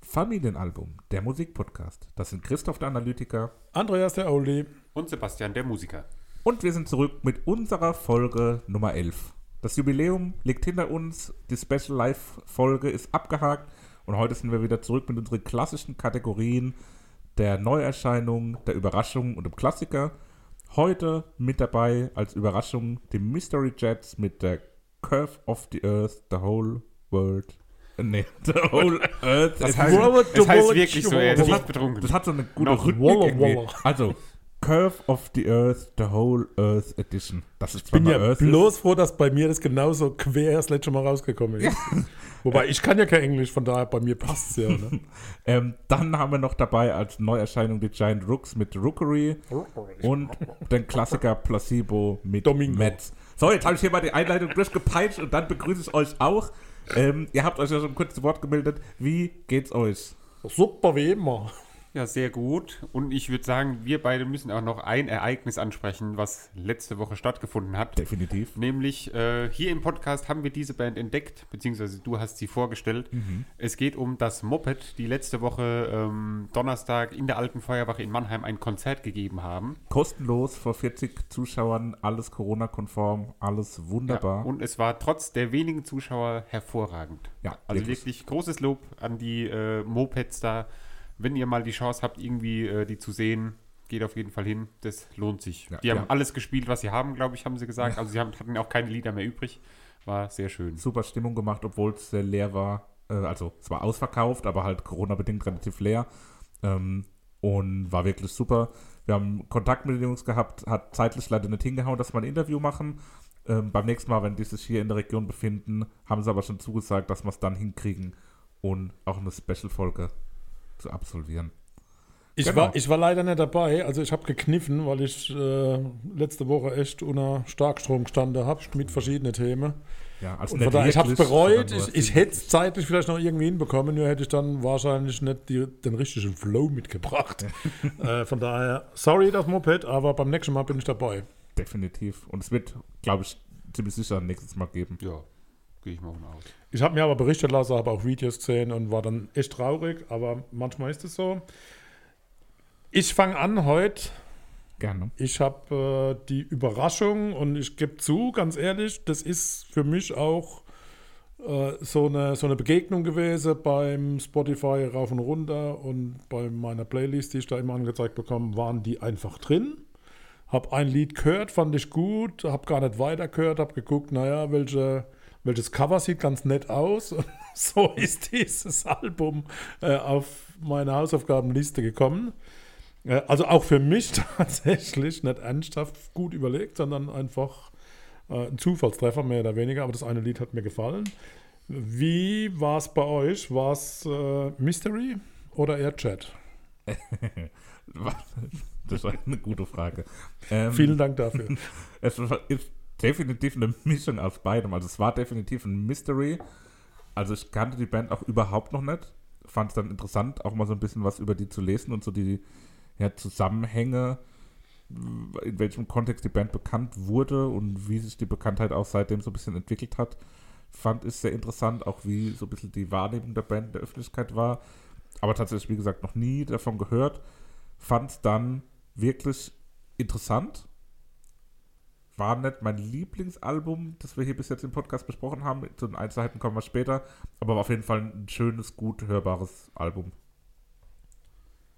Familienalbum, der Musikpodcast. Das sind Christoph der Analytiker Andreas der Auli. Und Sebastian, der Musiker. und wir sind zurück mit unserer Folge Nummer 11. Das Jubiläum liegt hinter uns, die Special Live Folge ist abgehakt und heute sind wir wieder zurück mit unseren klassischen Kategorien der Neuerscheinung, der Überraschung und dem Klassiker. Heute mit dabei als Überraschung die Mystery Jets mit der Curve of the Earth, the whole world. äh, Nee, the whole earth. Das is heißt, moving. Robert das heißt Dobovic wirklich so, er Robert. ist nicht betrunken. Das hat so eine gute Noch Rhythmik Walla irgendwie. Walla. Also, Curve of the Earth, the whole Earth Edition. Das ist Ich bin ja zweimal Earth. bloß froh, dass bei mir das genauso quer das letzte Mal rausgekommen ist. Wobei ich kann ja kein Englisch, von daher bei mir passt es ja. Ne? Ähm, dann haben wir noch dabei als Neuerscheinung die Giant Rooks mit Rookery und den Klassiker Placebo mit Domingo. Mets. So, jetzt habe ich hier mal die Einleitung durchgepeitscht und dann begrüße ich euch auch. Ähm, ihr habt euch ja schon kurz zu Wort gemeldet. Wie geht's euch? Super wie immer. Ja, sehr gut. Und ich würde sagen, wir beide müssen auch noch ein Ereignis ansprechen, was letzte Woche stattgefunden hat. Definitiv. Nämlich äh, hier im Podcast haben wir diese Band entdeckt, beziehungsweise du hast sie vorgestellt. Es geht um das Moped, die letzte Woche ähm, Donnerstag in der Alten Feuerwache in Mannheim ein Konzert gegeben haben. Kostenlos vor 40 Zuschauern, alles Corona-konform, alles wunderbar. Ja, und es war trotz der wenigen Zuschauer hervorragend. Ja, also wirklich. wirklich, großes Lob an die äh, Mopeds da. Wenn ihr mal die Chance habt, irgendwie äh, die zu sehen, geht auf jeden Fall hin. Das lohnt sich. Ja, die haben ja. alles gespielt, was sie haben, glaube ich, haben sie gesagt. Also sie haben, hatten auch keine Lieder mehr übrig. War sehr schön. super Stimmung gemacht, obwohl es sehr leer war. Äh, also es war ausverkauft, aber halt Corona-bedingt relativ leer. Ähm, und war wirklich super. Wir haben Kontakt mit den Jungs gehabt, hat zeitlich leider nicht hingehauen, dass wir ein Interview machen. Ähm, beim nächsten Mal, wenn die sich hier in der Region befinden, haben sie aber schon zugesagt, dass wir es dann hinkriegen und auch eine Special-Folge zu absolvieren. Ich, Genau. war, ich war leider nicht dabei, also ich habe gekniffen, weil ich äh, letzte Woche echt unter Starkstrom gestanden habe, mit verschiedenen Themen. Ja, also Und nicht von daher, ich habe es wirklich, bereut, sondern nur ich, ich hätte es zeitlich vielleicht noch irgendwie hinbekommen, nur hätte ich dann wahrscheinlich nicht die, den richtigen Flow mitgebracht. äh, von daher, sorry das Moped, aber beim nächsten Mal bin ich dabei. Definitiv. Und es wird, glaube ich, ziemlich sicher nächstes Mal geben. Ja, gehe ich mal von aus. Ich habe mir aber berichtet lassen, habe auch Videos gesehen und war dann echt traurig, aber manchmal ist es so. Ich fange an heute. Gerne. Ich habe äh, die Überraschung und ich gebe zu, ganz ehrlich, das ist für mich auch äh, so, eine, so eine Begegnung gewesen beim Spotify rauf und runter und bei meiner Playlist, die ich da immer angezeigt bekomme, waren die einfach drin. Hab ein Lied gehört, fand ich gut, hab gar nicht weiter gehört, hab geguckt, naja, welche, welches Cover sieht ganz nett aus. Und so ist dieses Album äh, auf meine Hausaufgabenliste gekommen. Ja, Also auch für mich tatsächlich nicht ernsthaft gut überlegt, sondern einfach äh, ein Zufallstreffer, mehr oder weniger. Aber das eine Lied hat mir gefallen. Wie war es bei euch? War es äh, Mystery oder eher Chat? Das war eine gute Frage. Ähm, Vielen Dank dafür. Äh, Es war- ist definitiv eine Mischung aus beidem. Also es war definitiv ein Mystery. Also ich kannte die Band auch überhaupt noch nicht. Fand es dann interessant, auch mal so ein bisschen was über die zu lesen und so die ja, Zusammenhänge, in welchem Kontext die Band bekannt wurde und wie sich die Bekanntheit auch seitdem so ein bisschen entwickelt hat. Fand ich sehr interessant, auch wie so ein bisschen die Wahrnehmung der Band in der Öffentlichkeit war. Aber tatsächlich, wie gesagt, noch nie davon gehört. Fand es dann wirklich interessant war nicht mein Lieblingsalbum, das wir hier bis jetzt im Podcast besprochen haben. Zu den Einzelheiten kommen wir später. Aber war auf jeden Fall ein schönes, gut hörbares Album.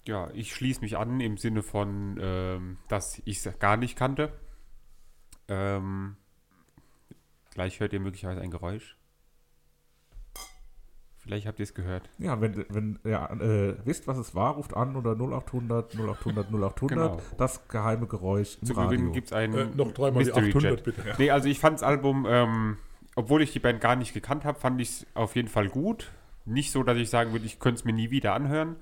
Ja, ich schließe mich an im Sinne von, ähm, dass ich es gar nicht kannte. Ähm, gleich hört ihr möglicherweise ein Geräusch. Vielleicht habt ihr es gehört. Ja, wenn, wenn ihr äh, wisst, was es war, ruft an oder 0800 0800 0800. Genau. Das geheime Geräusch im Zum Radio. Übrigen gibt es einen Äh, noch dreimal die Mystery 800, Jet. bitte. Nee, also ich fand das Album, ähm, obwohl ich die Band gar nicht gekannt habe, fand ich es auf jeden Fall gut. Nicht so, dass ich sagen würde, ich könnte es mir nie wieder anhören.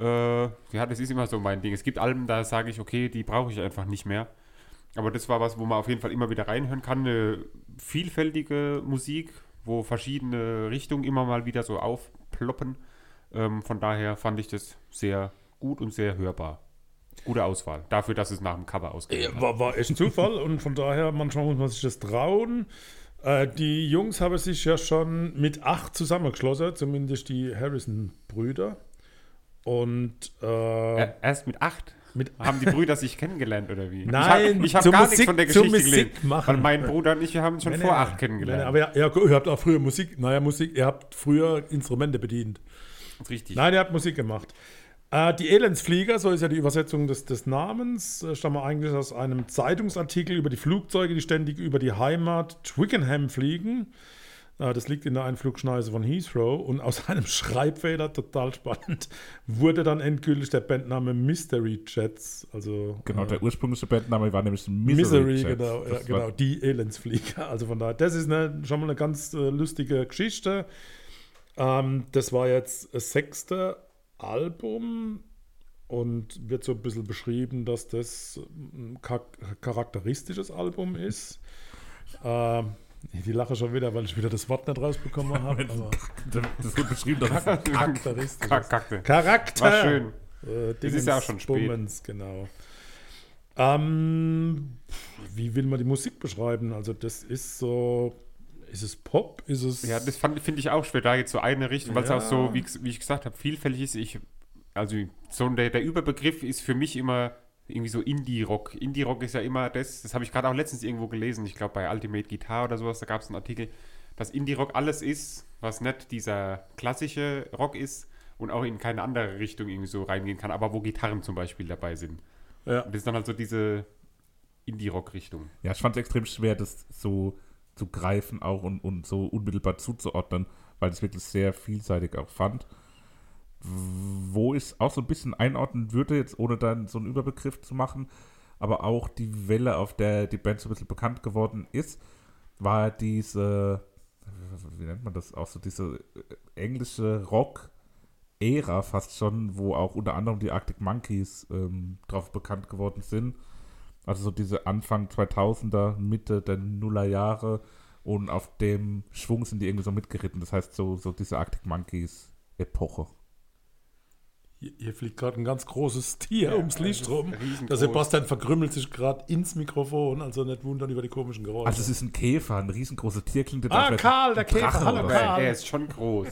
Äh, ja, das ist immer so mein Ding. Es gibt Alben, da sage ich, okay, die brauche ich einfach nicht mehr. Aber das war was, wo man auf jeden Fall immer wieder reinhören kann. Eine vielfältige Musik, wo verschiedene Richtungen immer mal wieder so aufploppen. Ähm, von daher fand ich das sehr gut und sehr hörbar. Gute Auswahl. Dafür, dass es nach dem Cover ausgeht. War, war echt Zufall und von daher, manchmal muss man sich das trauen. Äh, die Jungs haben sich ja schon mit acht zusammengeschlossen, zumindest die Harrison-Brüder. Und äh, Er- Erst mit acht mit haben die Brüder sich kennengelernt oder wie? Nein, ich habe zur hab gar nichts Musik- von der zur Geschichte Musik gelesen. machen. Weil mein Bruder und ich, wir haben uns schon Nee, vor nee. acht Nein, kennengelernt. aber ja, ja, ihr habt auch früher Musik, naja, Musik, ihr habt früher Instrumente bedient. Richtig. Nein, ihr habt Musik gemacht. Äh, die Elendsflieger, so ist ja die Übersetzung des, des Namens, äh, stammen eigentlich aus einem Zeitungsartikel über die Flugzeuge, die ständig über die Heimat Twickenham fliegen. Äh, das liegt in der Einflugschneise von Heathrow. Und aus einem Schreibfehler, total spannend, wurde dann endgültig der Bandname Mystery Jets. Also Genau, äh, der ursprüngliche Bandname war nämlich Misery. Misery, Jets. genau, ja, Das genau, War, die Elendsflieger. Also von daher, das ist eine, schon mal eine ganz äh, lustige Geschichte. Ähm, das war jetzt das sechste Album und wird so ein bisschen beschrieben, dass das ein char- charakteristisches Album ist. Ähm, die lache schon wieder, weil ich wieder das Wort nicht rausbekommen habe. aber genau. das wird beschrieben, dass es charakteristisch. Kack, kackte. Charakter. War schön. Äh, Das ist ja auch schon spät. Bummens, genau. Ähm, wie will man die Musik beschreiben? Also das ist so, ist es Pop? Ist es Ja, das fand- finde ich auch schwer, da jetzt so eine Richtung, weil es Ja. auch so, wie, ich- wie ich gesagt habe, vielfältig ist. Ich, also so der, der Überbegriff ist für mich immer irgendwie so Indie-Rock. Indie-Rock ist ja immer das, das habe ich gerade auch letztens irgendwo gelesen, ich glaube bei Ultimate Guitar oder sowas, da gab es einen Artikel, dass Indie-Rock alles ist, was nicht dieser klassische Rock ist und auch in keine andere Richtung irgendwie so reingehen kann, aber wo Gitarren zum Beispiel dabei sind. Ja. Und das ist dann halt so diese Indie-Rock-Richtung. ja, ich fand es extrem schwer, das so zu greifen auch und, und so unmittelbar zuzuordnen, weil ich es wirklich sehr vielseitig auch fand. Wo ich es auch so ein bisschen einordnen würde, jetzt ohne dann so einen Überbegriff zu machen, aber auch die Welle, auf der die Band so ein bisschen bekannt geworden ist, war diese, wie nennt man das auch so, diese äh, englische Rock-Ära fast schon, wo auch unter anderem die Arctic Monkeys ähm, drauf bekannt geworden sind. Also so diese Anfang 2000er, Mitte der Nullerjahre und auf dem Schwung sind die irgendwie so mitgeritten. Das heißt so, so diese Arctic Monkeys Epoche. Hier, hier fliegt gerade ein ganz großes Tier ums Licht das ist rum. riesengroß. Der Sebastian verkrümmelt sich gerade ins Mikrofon, also nicht wundern über die komischen Geräusche. Also es ist ein Käfer, ein riesengroßes Tier klingt jetzt, Ah, als wär's Karl, der ein Käfer, Drache hallo, oder Karl. so. Aber er ist schon groß.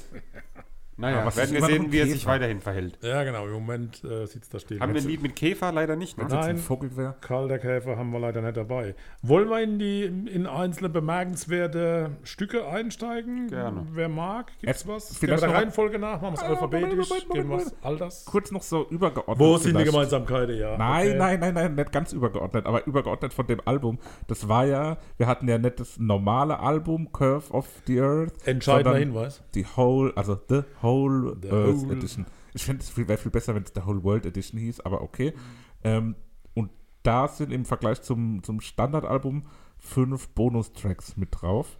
Naja, Aber es ist werden wir immer noch sehen, ein wie er Käfer. sich weiterhin verhält. ja, genau, im Moment äh, sitzt da still. Haben wir ein Lied mit Käfer? Leider nicht. Ne? Wenn's jetzt Nein. ein Vogel wäre. Karl der Käfer haben wir leider nicht dabei. Wollen wir in die in einzelne bemerkenswerte Stücke einsteigen? Gerne. Wer mag? Gibt's Äh, was? vielleicht gehen wir noch- der Reihenfolge nach, machen wir es Ah, alphabetisch, Moment, Moment, gehen wir Moment, es Alters. Kurz noch so übergeordnet. Wo sind die vielleicht. Gemeinsamkeiten, ja? Nein, okay. nein, nein, nein, nicht ganz übergeordnet, aber übergeordnet von dem Album. Das war ja, wir hatten ja nicht das normale Album, Curve of the Earth. Entscheidender sondern Hinweis. Die Whole, also The Whole The Earth Whole. Edition. Ich finde, es wäre viel besser, wenn es The Whole World Edition hieß, aber okay. Ähm, und da sind im Vergleich zum, zum Standardalbum fünf Bonustracks mit drauf.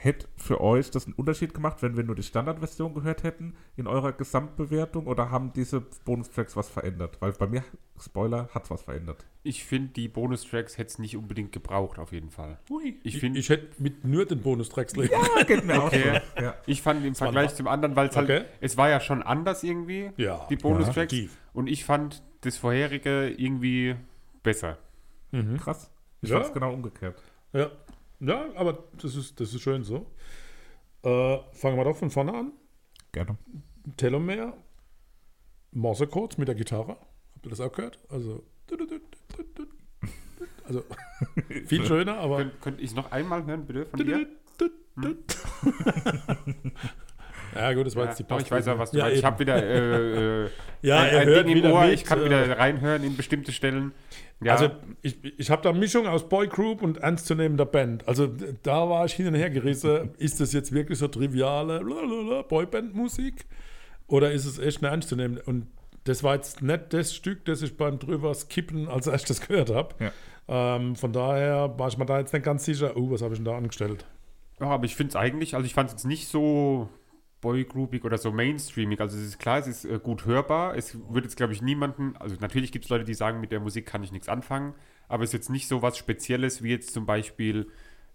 Hätte für euch das einen Unterschied gemacht, wenn wir nur die Standardversion gehört hätten in eurer Gesamtbewertung oder haben diese Bonustracks was verändert? Weil bei mir, Spoiler, hat es was verändert. Ich finde, die Bonustracks hätte es nicht unbedingt gebraucht, auf jeden Fall. Ich, Ich ich, finde- hätte mit nur den Bonustracks leben. Geht mir Okay. auch so. Ja. Ich fand im Vergleich zum anderen, weil es Okay. halt, es war ja schon anders irgendwie, Ja, die Bonustracks. definitiv. und ich fand das vorherige irgendwie besser. Krass. Ich Ja. fand es genau umgekehrt. Mhm. Ja. ja, aber das ist, das ist schön so. Äh, fangen wir doch von vorne an. Gerne. Telomere, Morsecodes mit der Gitarre. Habt ihr das auch gehört? Also, also viel schöner, aber. Könnt, könnte ich es noch einmal hören, bitte, von dir? Ja, gut, das war jetzt die doch, ich weiß ja, was du Ja, meinst. Ich eben. habe wieder äh, äh, Ja, ein, er ein hört Ding im wieder Ohr, mit, ich kann äh, wieder reinhören in bestimmte Stellen. Ja, Also, ich, ich habe da eine Mischung aus Boygroup und ernstzunehmender Band. Also, d- da war ich hin und her gerissen. ist das jetzt wirklich so triviale lalalala Boyband-Musik? Oder ist es echt eine ernstzunehmende? Und das war jetzt nicht das Stück, das ich beim drüber skippen als erstes gehört habe. Ja. Ähm, von daher war ich mir da jetzt nicht ganz sicher, oh, was habe ich denn da angestellt? Ja, aber ich finde es eigentlich, also ich fand es jetzt nicht so boygroupig oder so mainstreamig. Also es ist klar, es ist äh, gut hörbar. Es wird jetzt, glaube ich, niemanden, also natürlich gibt es Leute, die sagen, mit der Musik kann ich nichts anfangen, aber es ist jetzt nicht so was Spezielles wie jetzt zum Beispiel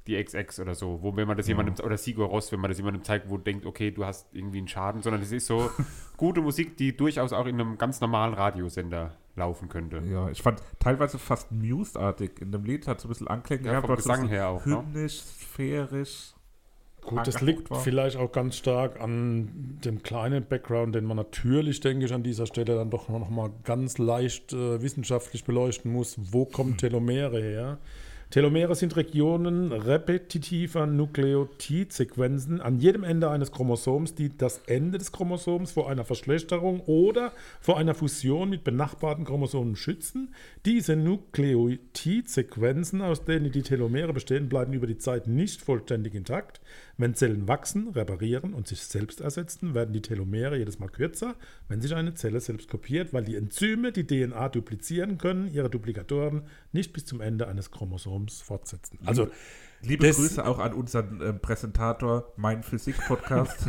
die XX oder so, wo wenn man das jemandem, oder Sigur Ross, wenn man das jemandem zeigt, wo denkt, okay, du hast irgendwie einen Schaden, sondern es ist so gute Musik, die durchaus auch in einem ganz normalen Radiosender laufen könnte. Ja, ich fand teilweise fast Muse-artig in dem Lied, hat so ein bisschen Anklänge Ja, gehabt, vom aber es Gesang ist her auch, ne? Hymnisch, sphärisch. Gut, das angeguckt liegt war. vielleicht auch ganz stark an dem kleinen Background, den man natürlich, denke ich, an dieser Stelle dann doch noch mal ganz leicht äh, wissenschaftlich beleuchten muss. Wo kommen Telomere her? Telomere sind Regionen repetitiver Nukleotidsequenzen an jedem Ende eines Chromosoms, die das Ende des Chromosoms vor einer Verschlechterung oder vor einer Fusion mit benachbarten Chromosomen schützen. Diese Nukleotidsequenzen, aus denen die Telomere bestehen, bleiben über die Zeit nicht vollständig intakt. Wenn Zellen wachsen, reparieren und sich selbst ersetzen, werden die Telomere jedes Mal kürzer, wenn sich eine Zelle selbst kopiert, weil die Enzyme die DNA duplizieren können, ihre Duplikatoren nicht bis zum Ende eines Chromosoms fortsetzen. Also Liebe Das- Grüße auch an unseren ähm, Präsentator, mein Physik-Podcast.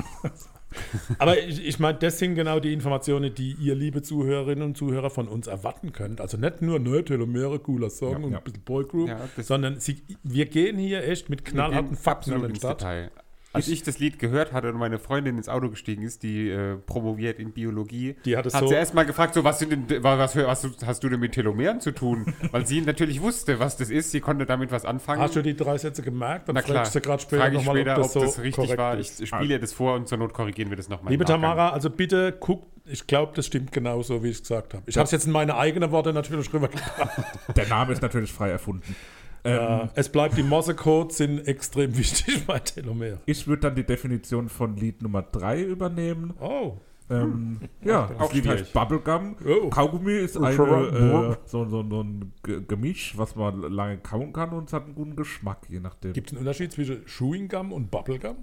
Aber ich, ich meine, das sind genau die Informationen, die ihr, liebe Zuhörerinnen und Zuhörer, von uns erwarten könnt. Also nicht nur ne, Telomere, cooler Song Ja, und ja. ein bisschen Boygroup, Ja, das- sondern sie, wir gehen hier echt mit knallharten Gehen Fakten absolut an den ins Start. Detail. Als ich das Lied gehört hatte und meine Freundin ins Auto gestiegen ist, die äh, promoviert in Biologie, Die hat es so- sie erstmal gefragt, so, was, sind denn, wa- was, hör- was hast du denn mit Telomeren zu tun? Weil sie natürlich wusste, was das ist, sie konnte damit was anfangen. Hast du die drei Sätze gemerkt? Dann Na klar, fragst du gerade später frage ich nochmal, ob später, ob das das, so richtig korrekt war. ist. Ich spiele ihr das vor und zur Not korrigieren wir das nochmal. Liebe Tamara, also bitte guckt, ich glaube, das stimmt genauso, wie ich es gesagt habe. Ich habe es jetzt in meine eigenen Worte natürlich rübergebracht. Der Name ist natürlich frei erfunden. Ähm, Äh, es bleibt, die Morsecodes sind extrem wichtig bei Telomere. Ich würde dann die Definition von Lied Nummer 3 übernehmen. Oh, Ähm, ja, das Auch Lied schwierig. heißt Bubblegum. Oh. Kaugummi ist eine, äh, so, so, so ein Ge- Gemisch, was man lange kauen kann und es hat einen guten Geschmack, je nachdem. gibt es einen Unterschied zwischen Chewing Gum und Bubblegum?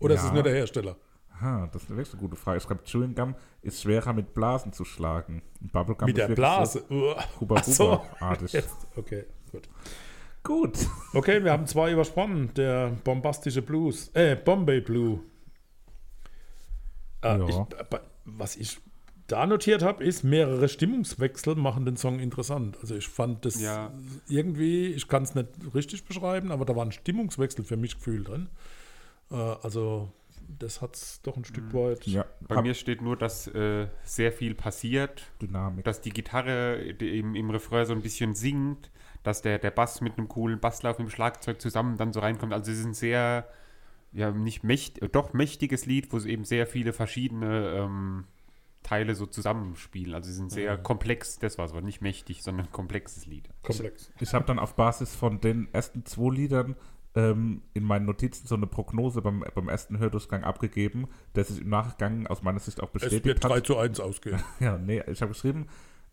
Oder ist es Ja. nur der Hersteller? Aha, das ist eine wirklich gute Frage. Ich glaube, Chewing Gum ist schwerer mit Blasen zu schlagen. Und Bubblegum Mit ist der wirklich Blase. Uah. So Huba Ach so. artig Jetzt. Okay, gut. Gut. Okay, wir haben zwei übersprungen. Der bombastische Blues. Äh, Bombay Blue. Äh, Ja. ich, aber was ich da notiert habe, ist, mehrere Stimmungswechsel machen den Song interessant. Also ich fand das Ja. irgendwie, ich kann es nicht richtig beschreiben, aber da war ein Stimmungswechsel für mich gefühlt drin. Äh, also das hat es doch ein Stück weit. Mhm. Ja, Bei mir steht nur, dass äh, sehr viel passiert Dynamik. dass die Gitarre die im, im Refrain so ein bisschen singt, dass der, der Bass mit einem coolen Basslauf im Schlagzeug zusammen dann so reinkommt. Also es ist ein sehr, ja, nicht mächt, doch mächtiges Lied, wo es eben sehr viele verschiedene ähm, Teile so zusammenspielen. Also es ist ein sehr komplex, das war so, nicht mächtig, sondern komplexes Lied. Komplex. Ich habe dann auf Basis von den ersten zwei Liedern ähm, in meinen Notizen so eine Prognose beim, beim ersten Hördurchgang abgegeben, der sich im Nachgang aus meiner Sicht auch Es wird bestätigt 3 hat. zu 1 ausgehen. Ja, nee, ich habe geschrieben,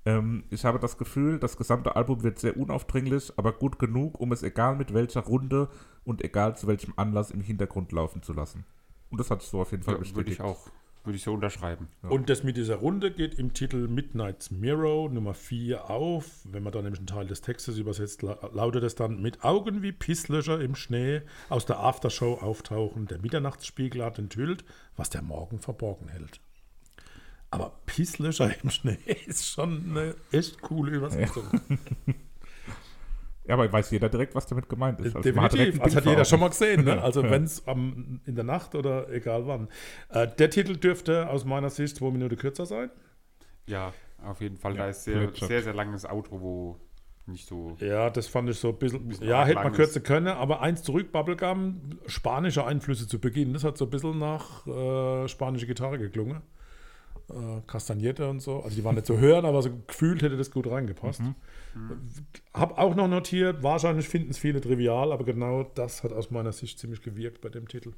ähm, ich habe das Gefühl, das gesamte Album wird sehr unaufdringlich, aber gut genug, um es egal mit welcher Runde und egal zu welchem Anlass im Hintergrund laufen zu lassen. Und das hat es so auf jeden Fall Ja, würde bestätigt. ich auch, würde ich so unterschreiben. Ja. Und das mit dieser Runde geht im Titel Midnight's Mirror Nummer 4 auf. Wenn man da nämlich einen Teil des Textes übersetzt, la lautet es dann mit Augen wie Pisslöcher im Schnee aus der Aftershow auftauchen. Der Mitternachtsspiegel hat enthüllt, was der Morgen verborgen hält. Aber Pisslöcher im Schnee ist schon eine echt coole Übersetzung. Ja, aber weiß jeder direkt, was damit gemeint ist. Also man hat direkt Definitiv, ein das Bild hat vor jeder Augen. schon mal gesehen. Ne? Ja. Also wenn es in der Nacht oder egal wann. Äh, der Titel dürfte aus meiner Sicht zwei Minuten kürzer sein. Ja, auf jeden Fall. da Ja, ist sehr, plätschert. sehr, sehr langes Outro, wo nicht so. Ja, das fand ich so ein bisschen. bisschen Ja, arg hätte man lang kürzen können, aber eins zurück, Bubblegum, spanische Einflüsse zu Beginn. Das hat so ein bisschen nach äh, spanische Gitarre geklungen. Äh, Castagnette und so. Also die waren nicht zu hören, aber so gefühlt hätte das gut reingepasst. Äh, Hab auch noch notiert, wahrscheinlich finden es viele trivial, aber genau das hat aus meiner Sicht ziemlich gewirkt bei dem Titel.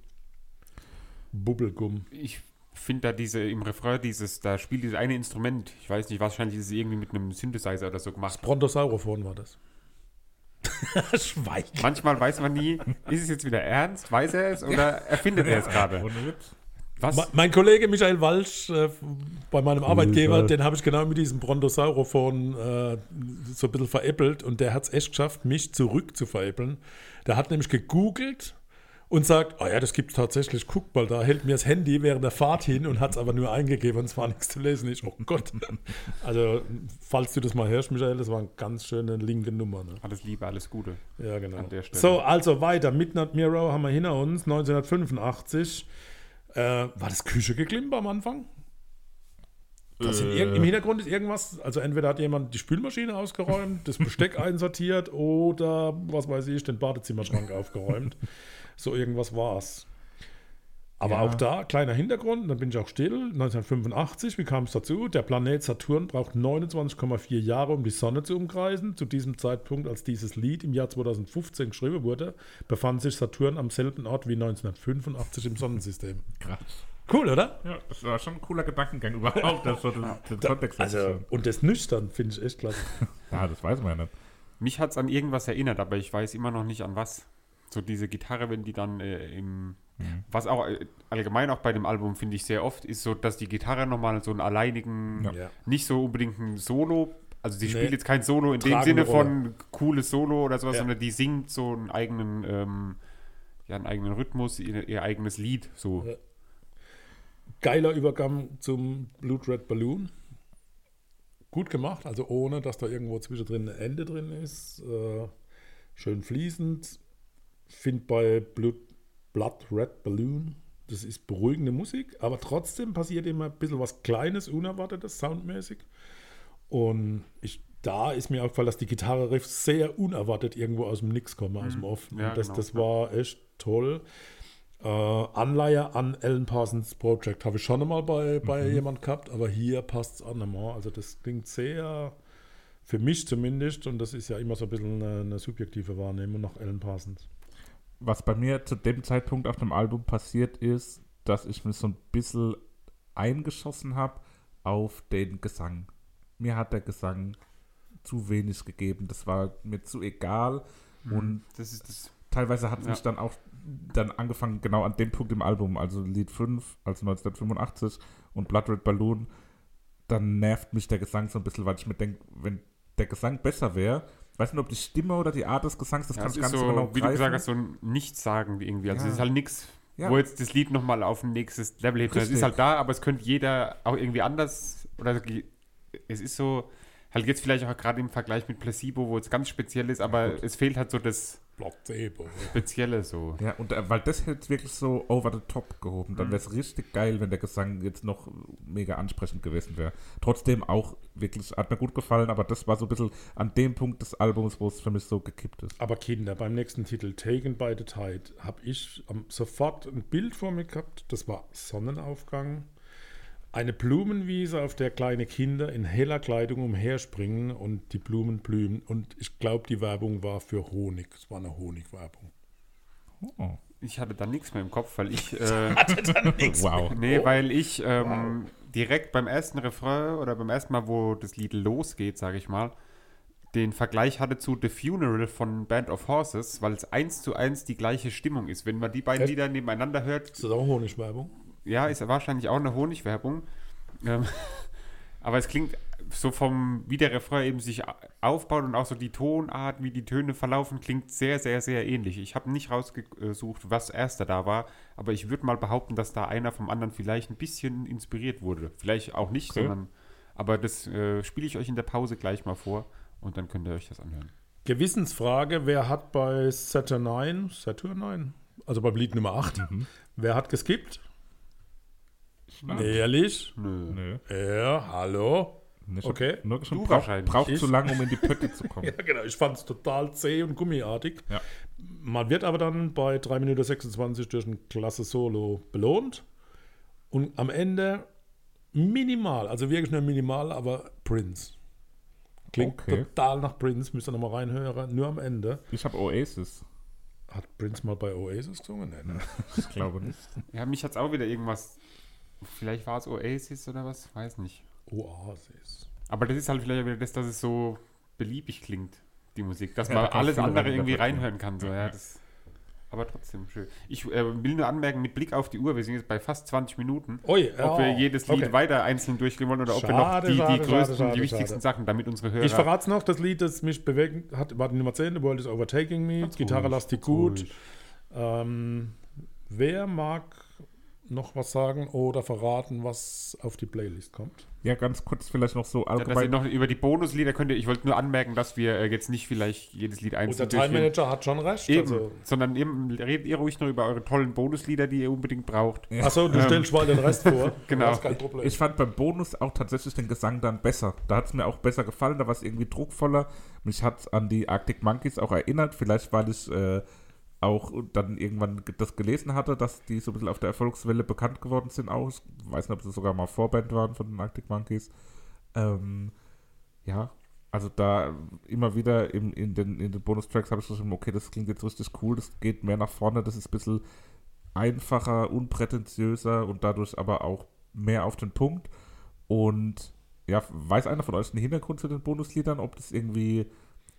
Bubblegum. ich finde da diese im Refrain dieses, da spielt dieses eine Instrument. Ich weiß nicht, wahrscheinlich ist es irgendwie mit einem Synthesizer oder so gemacht. Brontosaurophon war das. Schweig. Manchmal weiß man nie, ist es jetzt wieder ernst? Weiß er es oder erfindet er es gerade? Ohne Witz. Ma- Was? Mein Kollege Michael Walsch äh, bei meinem Arbeitgeber, den habe ich genau mit diesem Brontosaurophon äh, so ein bisschen veräppelt und der hat es echt geschafft, mich zurück zu veräppeln. Der hat nämlich gegoogelt und sagt, ah ja, das gibt es tatsächlich, guck mal, da hält mir das Handy während der Fahrt hin und hat es aber nur eingegeben und es war nichts zu lesen. Ich, oh Gott. Also, falls du das mal hörst, Michael, das war eine ganz schöne linke Nummer. Ne? Alles Liebe, alles Gute. Ja, genau. An der Stelle. So, also weiter. Midnight Mirror haben wir hinter uns, 1985. Äh, war das Küche geklimmt am Anfang? Das sind irg- Im Hintergrund ist irgendwas, also entweder hat jemand die Spülmaschine ausgeräumt, das Besteck einsortiert oder, was weiß ich, den Badezimmerschrank aufgeräumt. So irgendwas war's. Aber Ja. auch da, kleiner Hintergrund, dann bin ich auch still. 1985, wie kam es dazu? Der Planet Saturn braucht 29,4 Jahre, um die Sonne zu umkreisen. Zu diesem Zeitpunkt, als dieses Lied im Jahr 2015 geschrieben wurde, befand sich Saturn am selben Ort wie 1985 im Sonnensystem. Krass. Cool, oder? Ja, das war schon ein cooler Gedankengang überhaupt, das so den, den Kontext Also, und das nüchtern finde ich echt klasse. Ja, das weiß man ja nicht. Mich hat es an irgendwas erinnert, aber ich weiß immer noch nicht an was. So diese Gitarre, wenn die dann äh, im. Mhm. Was auch äh, allgemein auch bei dem Album finde ich sehr oft, ist so, dass die Gitarre nochmal so einen alleinigen, Ja. Ja. nicht so unbedingt ein Solo, also sie Nee. spielt jetzt kein Solo in dem Sinne Tragende von cooles Solo oder sowas, Ja. sondern die singt so einen eigenen, ähm, ja, einen eigenen Rhythmus, ihr, ihr eigenes Lied. So. Ja. Geiler Übergang zum Blood Red Balloon. Gut gemacht, also ohne, dass da irgendwo zwischendrin ein Ende drin ist. Äh, schön fließend. Find bei Blood, Blood Red Balloon, das ist beruhigende Musik, aber trotzdem passiert immer ein bisschen was Kleines, Unerwartetes, soundmäßig. Und ich, da ist mir aufgefallen, dass die Gitarre-Riffs sehr unerwartet irgendwo aus dem Nix kommen, aus dem Off. Ja, Und das, genau, das ja. war echt toll. Äh, Anleihe an Alan Parsons Project habe ich schon einmal bei, bei Mhm. jemand gehabt, aber hier passt es an. einmal. Also das klingt sehr, für mich zumindest, und das ist ja immer so ein bisschen eine, eine subjektive Wahrnehmung nach Alan Parsons. Was bei mir zu dem Zeitpunkt auf dem Album passiert ist, dass ich mich so ein bisschen eingeschossen habe auf den Gesang. Mir hat der Gesang zu wenig gegeben. Das war mir zu egal. Und Das ist das. teilweise hat es Mhm. Ja. mich dann auch dann angefangen, genau an dem Punkt im Album, also Lied 5, also 1985 und Blood Red Balloon, dann nervt mich der Gesang so ein bisschen, weil ich mir denke, wenn der Gesang besser wäre, weiß nicht, ob die Stimme oder die Art des Gesangs, das Ja, kann es ich ist gar so, nicht so genau wie du gesagt greifen. hast, so ein Nichtsagen irgendwie. Also Ja. es ist halt nichts, Ja. wo jetzt das Lied nochmal auf ein nächstes Level hebt. Es Richtig. ist halt da, aber es könnte jeder auch irgendwie anders oder ge- es ist so, halt jetzt vielleicht auch gerade im Vergleich mit Placebo, wo es ganz speziell ist, aber es fehlt halt so das Placebo. Spezielle so. Ja, und äh, weil das hätte wirklich so over the top gehoben. Dann wäre es richtig geil, wenn der Gesang jetzt noch mega ansprechend gewesen wäre. Trotzdem auch wirklich, hat mir gut gefallen, aber das war so ein bisschen an dem Punkt des Albums, wo es für mich so gekippt ist. Aber Kinder, beim nächsten Titel Taken by the Tide habe ich am- sofort ein Bild vor mir gehabt. Das war Sonnenaufgang. Eine Blumenwiese, auf der kleine Kinder in heller Kleidung umherspringen und die Blumen blühen. Und ich glaube, die Werbung war für Honig. Es war eine Honigwerbung. Oh. Ich hatte da nichts mehr im Kopf, weil ich, äh, Wow. nee, weil ich ähm, direkt beim ersten Refrain oder beim ersten Mal, wo das Lied losgeht, sage ich mal, den Vergleich hatte zu The Funeral von Band of Horses, weil es eins zu eins die gleiche Stimmung ist. Wenn man die beiden Äh. Echt? Lieder nebeneinander hört, Ist das auch Honigwerbung? ja, ist wahrscheinlich auch eine Honigwerbung. Ähm, aber es klingt so vom, wie der Refrain eben sich a- aufbaut und auch so die Tonart, wie die Töne verlaufen, klingt sehr, sehr, sehr ähnlich. Ich habe nicht rausgesucht, was erster da war, aber ich würde mal behaupten, dass da einer vom anderen vielleicht ein bisschen inspiriert wurde. Vielleicht auch nicht, Okay. sondern, aber das äh, spiele ich euch in der Pause gleich mal vor und dann könnt ihr euch das anhören. Gewissensfrage, wer hat bei Saturn 9, Saturn 9, also beim Lied Nummer 8, Mhm. wer hat geskippt? Ehrlich? Nö. Nö. Ja, hallo? Nicht Okay. Nur schon Du brauch, wahrscheinlich. braucht Ich- zu lange, um in die Pötte zu kommen. Ja, genau, ich fand es total zäh und gummiartig. Ja. Man wird aber dann bei 3 Minuten 26 durch ein klasse Solo belohnt und am Ende minimal, also wirklich nur minimal, aber Prince. Klingt Okay. total nach Prince, müsst ihr nochmal reinhören, nur am Ende. Ich habe Oasis. Hat Prince mal bei Oasis gesungen? Nee, ne? Ich glaube nicht. Ja, mich hat es auch wieder irgendwas, vielleicht war es Oasis oder was, weiß nicht. Oasis. Aber das ist halt vielleicht wieder das, dass es so beliebig klingt, die Musik. Dass Ja, man da kann alles viel andere rein- irgendwie interpretieren. reinhören kann. So, ja, das, aber trotzdem schön. Ich äh, will nur anmerken, mit Blick auf die Uhr, wir sind jetzt bei fast 20 Minuten, Oi, ob wir jedes Lied okay. weiter einzeln durchgehen wollen oder ob Schade, wir noch die, schade, die größten, schade, schade, die wichtigsten schade. Sachen, damit unsere Hörer... Ich verrate es noch, das Lied, das mich bewegt hat, war die Nummer 10, The World is Overtaking Me, Gitarre ruhig, lastig ganz gut. ruhig. Ähm, wer Ähm, mag noch was sagen oder verraten, was auf die Playlist kommt? Ja, ganz kurz vielleicht noch so Ja, dass ihr allgemein. noch über die Bonuslieder könnt ihr, ich wollte nur anmerken, dass wir äh, jetzt nicht vielleicht jedes Lied Unser einzeln Time durchgehen. Manager hat schon recht. Eben, Also, sondern eben redet ihr ruhig noch über eure tollen Bonuslieder, die ihr unbedingt braucht. achso, du stellst mal den Rest vor. Genau. Das ist kein Problem. ich fand beim Bonus auch tatsächlich den Gesang dann besser. Da hat es mir auch besser gefallen, da war es irgendwie druckvoller. Mich hat es an die Arctic Monkeys auch erinnert. Vielleicht, weil ich äh, auch dann irgendwann ge- das gelesen hatte, dass die so ein bisschen auf der Erfolgswelle bekannt geworden sind. Auch. Ich weiß nicht, ob sie sogar mal Vorband waren von den Arctic Monkeys. Ähm, ja, also da immer wieder im, in den, in den Bonustracks habe ich geschrieben, okay, das klingt jetzt richtig cool, das geht mehr nach vorne, das ist ein bisschen einfacher, unprätentiöser und dadurch aber auch mehr auf den Punkt. Und ja, weiß einer von euch den Hintergrund zu den Bonusliedern, ob das irgendwie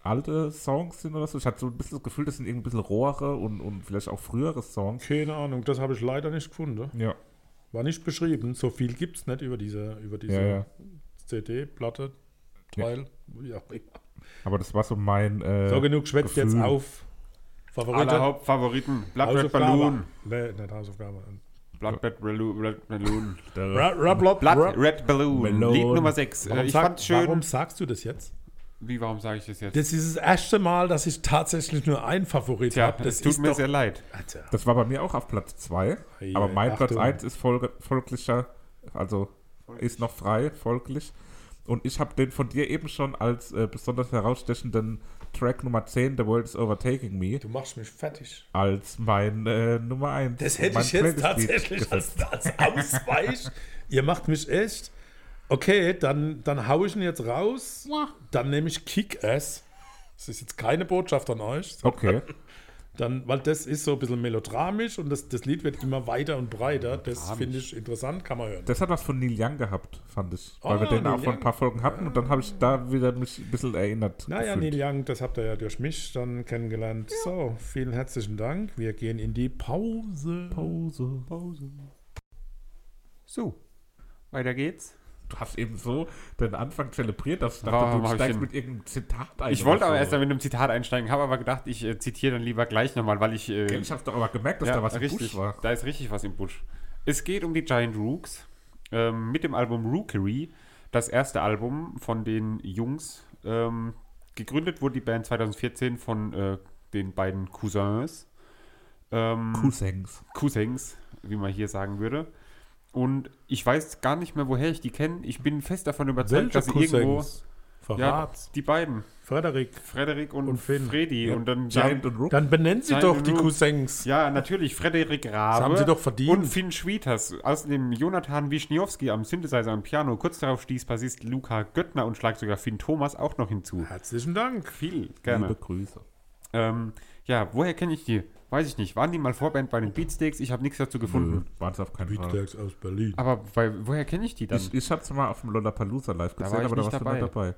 alte Songs sind oder so? Ich hatte so ein bisschen das Gefühl, das sind irgendwie ein bisschen rohere und, und vielleicht auch frühere Songs. Keine Ahnung, das habe ich leider nicht gefunden. Ja, War nicht beschrieben. So viel gibt es nicht über diese, über diese ja, ja. CD, Platte, Teil. Ja. Aber das war so mein. Äh, So genug schwätzt jetzt Gefühl. auf. Favorite. Alle Hauptfavoriten. Blood Red Hausaufgabe. Balloon. Nee, nicht Hausaufgabe. Blood Red Balloon. Red Balloon. Ra- Ra- Bla- Ra- Blood Red Balloon. Balloon. Lied Nummer 6. Warum, Äh, ich sag- fand's schön. warum sagst du das jetzt? Wie, warum sage ich das jetzt? Das ist das erste Mal, dass ich tatsächlich nur einen Favorit Tja, habe. es Das tut ist mir doch, sehr leid. Alter. Das war bei mir auch auf Platz 2. Ei, Aber ei, mein Platz Achtung. 1 ist folge, folglicher, also ist noch frei, folglich. Und ich habe den von dir eben schon als äh, besonders herausstechenden Track Nummer 10, The World is Overtaking Me, Du machst mich fertig. als mein äh, Nummer 1. Das hätte ich jetzt tatsächlich als, als Ausweich. Ihr macht mich echt. Okay, dann, dann hau ich ihn jetzt raus. Dann nehme ich Kick-Ass. Das ist jetzt keine Botschaft an euch. Okay. Dann, weil das ist so ein bisschen melodramisch und das, das Lied wird immer weiter und breiter. Das finde ich interessant, kann man hören. Das hat was von Neil Young gehabt, fand ich. Weil Ah, wir den Neil auch vor ein paar Folgen hatten und dann habe ich da wieder mich ein bisschen erinnert. Naja, gefühlt. Neil Young, das habt ihr ja durch mich dann kennengelernt. So, vielen herzlichen Dank. Wir gehen in die Pause. Pause. So, weiter geht's. Du hast eben so den Anfang zelebriert, dass ich dachte, Warum hab du ich steigst denn- mit irgendeinem Zitat ein. Ich wollte oder aber so. erst mal mit einem Zitat einsteigen, habe aber gedacht, ich äh, zitiere dann lieber gleich nochmal, weil ich. Äh, Gell, Ich habe doch aber gemerkt, dass da was im Busch war. Da ist richtig was im Busch. Es geht um die Giant Rooks ähm, mit dem Album Rookery, das erste Album von den Jungs. Ähm, gegründet wurde die Band 2014 von äh, den beiden Cousins. Ähm, Cousins. Cousins, wie man hier sagen würde. Und ich weiß gar nicht mehr, woher ich die kenne. Ich bin fest davon überzeugt, dass sie irgendwo. Ja, Verrat. die beiden, Frederik. Frederik und, Und Finn. Freddy. Ja, Und dann Giant und Rook. Dann benennen Sie Nein, doch nur- die Cousins. Ja, natürlich, Frederik Rabe. haben sie doch verdient. Und Finn Schwieters. Außerdem Jonathan Wischniewski am Synthesizer und Piano. Kurz darauf stieß Bassist Luca Göttner und Schlagzeuger Finn Thomas auch noch hinzu. Herzlichen Dank. Viel, Liebe gerne. Grüße. Ähm, ja, woher kenne ich die? Weiß ich nicht. Waren die mal Vorband bei den Beatsteaks? Ich habe nichts dazu gefunden. Nö, waren es auf keinen Fall. aus Berlin. Aber bei, woher kenne ich die dann? Ich, ich habe es mal auf dem Lollapalooza live Da war gesehen, ich aber da nicht warst du nicht dabei.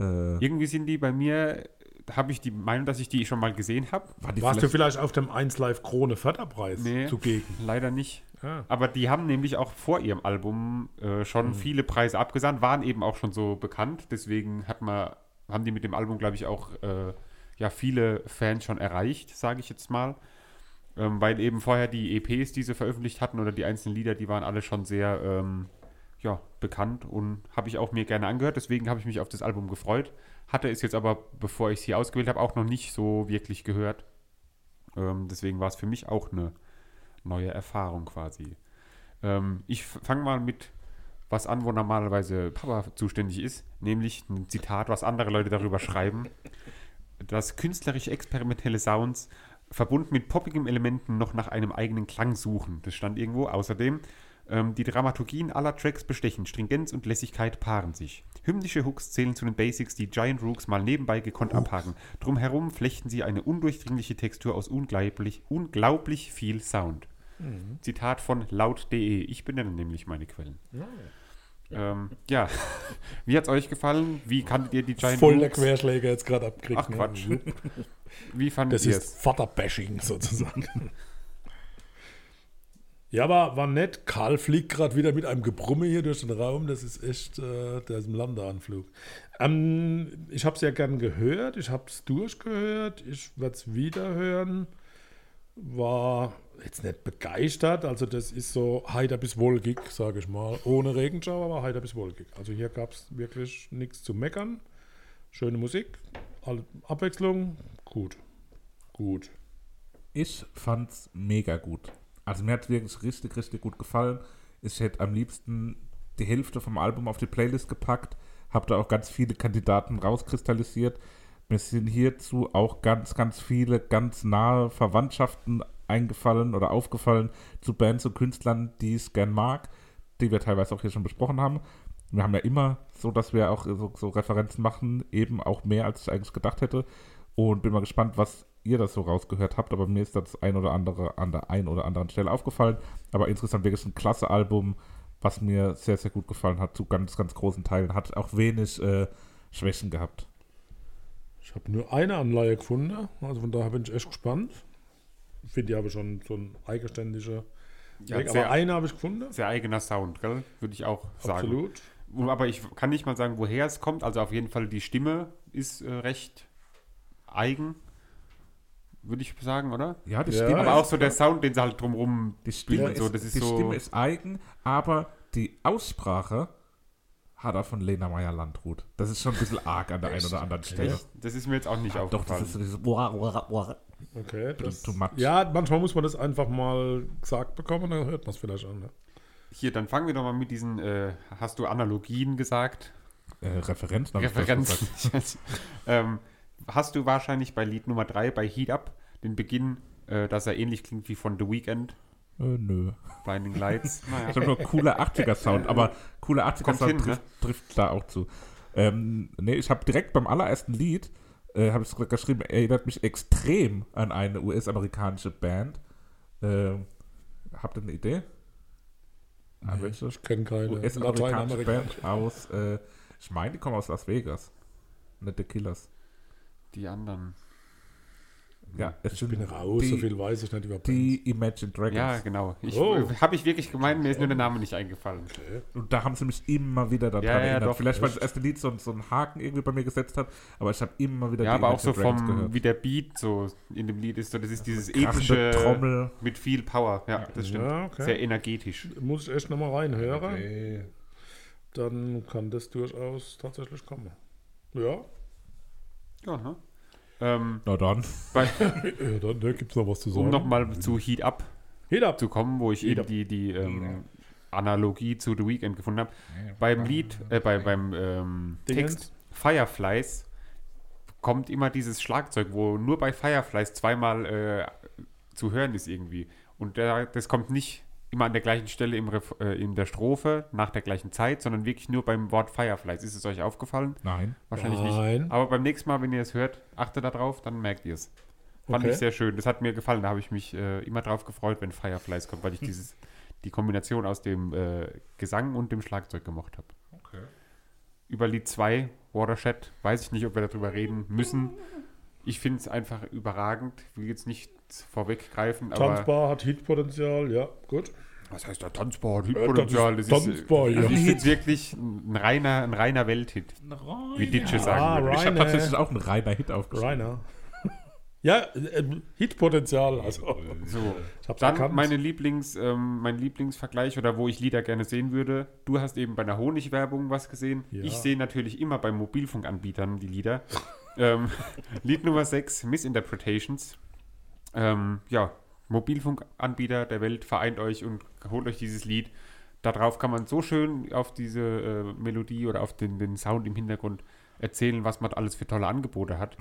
Äh, Irgendwie sind die bei mir, habe ich die Meinung, dass ich die schon mal gesehen habe. war die Warst du vielleicht- vielleicht auf dem 1 Live Krone Förderpreis Nee. zugegen? Leider nicht. Ah. Aber die haben nämlich auch vor ihrem Album äh, schon viele Preise abgesandt, waren eben auch schon so bekannt. Deswegen hat man, haben die mit dem Album, glaube ich, auch äh, ja, viele Fans schon erreicht, sage ich jetzt mal. Ähm, weil eben vorher die EPs, die sie veröffentlicht hatten oder die einzelnen Lieder, die waren alle schon sehr ähm, ja, bekannt und habe ich auch mir gerne angehört. Deswegen habe ich mich auf das Album gefreut. Hatte es jetzt aber, bevor ich es hier ausgewählt habe, auch noch nicht so wirklich gehört. Ähm, deswegen war es für mich auch eine neue Erfahrung quasi. Ähm, ich fange mal mit was an, wo normalerweise Papa zuständig ist, nämlich ein Zitat, was andere Leute darüber schreiben, dass künstlerisch experimentelle Sounds verbunden mit poppigen Elementen noch nach einem eigenen Klang suchen. Das stand irgendwo. Außerdem, ähm, die Dramaturgien aller Tracks bestechen, Stringenz und Lässigkeit paaren sich. Hymnische Hooks zählen zu den Basics, die Giant Rooks mal nebenbei gekonnt abhaken. Drumherum flechten sie eine undurchdringliche Textur aus unglaublich, unglaublich viel Sound. Mhm. Zitat von laut.de. Ich benenne nämlich meine Quellen. Ah, Ähm, ja, wie hat es euch gefallen? Wie kanntet ihr die Giant Voll der Rooks? Querschläger jetzt gerade abkriegt. Ach Quatsch. Ne? Wie fandet Das ihr ist es? Vaterbashing sozusagen. ja, war, war nett. Karl fliegt gerade wieder mit einem Gebrumme hier durch den Raum. Das ist echt, äh, der ist im Landeanflug. Ähm, ich habe es ja gern gehört. Ich habe es durchgehört. Ich werde es wieder hören. war jetzt nicht begeistert. Also das ist so heiter bis wolkig, sage ich mal. Ohne Regenschauer, aber heiter bis wolkig. Also hier gab es wirklich nichts zu meckern. Schöne Musik, Al- Abwechslung, gut. Gut. Ich fand's mega gut. Also mir hat's wirklich richtig, richtig gut gefallen. Ich hätte am liebsten die Hälfte vom Album auf die Playlist gepackt, habe da auch ganz viele Kandidaten rauskristallisiert. Mir sind hierzu auch ganz, ganz viele ganz nahe Verwandtschaften eingefallen oder aufgefallen zu Bands und Künstlern, die ich gern mag, die wir teilweise auch hier schon besprochen haben. Wir haben ja immer so, dass wir auch so, so Referenzen machen, eben auch mehr, als ich eigentlich gedacht hätte. Und bin mal gespannt, was ihr das so rausgehört habt, aber mir ist das ein oder andere an der einen oder anderen Stelle aufgefallen. Aber insgesamt wirklich ein klasse Album, was mir sehr, sehr gut gefallen hat, zu ganz, ganz großen Teilen. Hat auch wenig äh, Schwächen gehabt. Ich habe nur eine Anleihe gefunden, also von daher bin ich echt gespannt. Finde ich aber schon so ein eigenständiger Ja, Weg. sehr- Aber eine habe ich gefunden. Sehr eigener Sound, gell? Würde ich auch sagen. Absolut. Aber ich kann nicht mal sagen, woher es kommt. Also auf jeden Fall die Stimme ist äh, recht eigen, würde ich sagen, oder? Ja, die Ja, Stimme, Aber auch so der Sound, den sie halt drumrum die Stimme, spielen, ist, so, das ist die so- Stimme ist eigen, aber die Aussprache hat er von Lena Meyer-Landrut. Das ist schon ein bisschen arg an der einen oder anderen Stelle. Echt? Das ist mir jetzt auch nicht Ah, Doch, das aufgefallen. ist so dieses Wah, wah, wah. Okay. Das, too much. Ja, manchmal muss man das einfach mal gesagt bekommen, dann hört man es vielleicht an. Ne? Hier, dann fangen wir doch mal mit diesen, äh, hast du Analogien gesagt? Äh, Referenzen. hab ich fast gesagt. Referenzen. ähm, hast du wahrscheinlich bei Lied Nummer 3, bei Heat Up, den Beginn, äh, dass er ähnlich klingt wie von The Weeknd, Äh, nö. Blinding Lights. naja. Ich habe nur cooler 80er-Sound, aber cooler 80er-Sound hin, ne? trifft, trifft da auch zu. Ähm, nee, ich habe direkt beim allerersten Lied, äh, habe ich geschrieben, erinnert mich extrem an eine US-amerikanische Band. Ähm, habt ihr eine Idee? An welche Ich kenne keine US-amerikanische Äh, Band aus, äh, ich meine, die kommen aus Las Vegas. Nicht The Killers. Die anderen. Ja, es Ich sind bin raus, die, so viel weiß ich nicht über die Imagine Dragons. Ja, genau. Ich, Oh. Habe ich wirklich gemeint, mir ist nur der Name nicht eingefallen. Und da haben sie mich immer wieder daran Ja, ja, erinnert. doch, Vielleicht, weil das erste Lied so, so einen Haken irgendwie bei mir gesetzt hat, aber ich habe immer wieder Ja, aber auch so Imagine vom, Dragons wie der Beat so in dem Lied ist. So, das ist dieses Krachende epische Trommel. mit viel Power. Ja, das stimmt. Ja, okay. Sehr energetisch. Band. Muss ich echt nochmal reinhören, Okay. dann kann das durchaus tatsächlich kommen. Ja, Ja, ne? Ähm, Na dann. bei, ja dann ne, gibt es noch was zu um sagen. nochmal zu Heat Up Hit ab. zu kommen, wo ich Heat eben Up. die, die ähm, Analogie zu The Weeknd gefunden habe. Beim Lied, äh, bei, beim ähm, Dingens. Text Fireflies kommt immer dieses Schlagzeug, wo nur bei Fireflies zweimal äh, zu hören ist irgendwie. Und da, das kommt nicht immer an der gleichen Stelle im Ref, äh, in der Strophe, nach der gleichen Zeit, sondern wirklich nur beim Wort Fireflies. Ist es euch aufgefallen? Nein. Wahrscheinlich Nein. nicht. Aber beim nächsten Mal, wenn ihr es hört, achtet da drauf, dann merkt ihr es. Fand Okay. ich sehr schön. Das hat mir gefallen. Da habe ich mich äh, immer drauf gefreut, wenn Fireflies kommt, weil ich dieses, die Kombination aus dem äh, Gesang und dem Schlagzeug gemocht habe. Okay. Über Lied 2, Watershed, weiß ich nicht, ob wir darüber reden müssen. Ich finde es einfach überragend. Will jetzt nicht vorweggreifen, aber. Tanzbar hat Hitpotenzial, ja, gut. Was heißt da Tanzbar? Hitpotenzial? Hitpotenzial, das ist Tanzbar, ja. also ich finde es wirklich ein reiner, ein reiner Welthit, wie Ditsche Ah, sagen würde. Ich habe Reiner. tatsächlich auch einen reiner Hit aufgeschrieben. Reiner. ja, ähm, Hitpotenzial, also. So. Ich hab's Dann erkannt. meine Lieblings, ähm, mein Lieblingsvergleich oder wo ich Lieder gerne sehen würde. Du hast eben bei einer Honigwerbung was gesehen. Ja. Ich sehe natürlich immer bei Mobilfunkanbietern die Lieder. ähm, Lied Nummer 6, Misinterpretations. Ähm, ja, Mobilfunkanbieter der Welt, vereint euch und holt euch dieses Lied. Darauf kann man so schön auf diese äh, Melodie oder auf den, den Sound im Hintergrund erzählen, was man alles für tolle Angebote hat.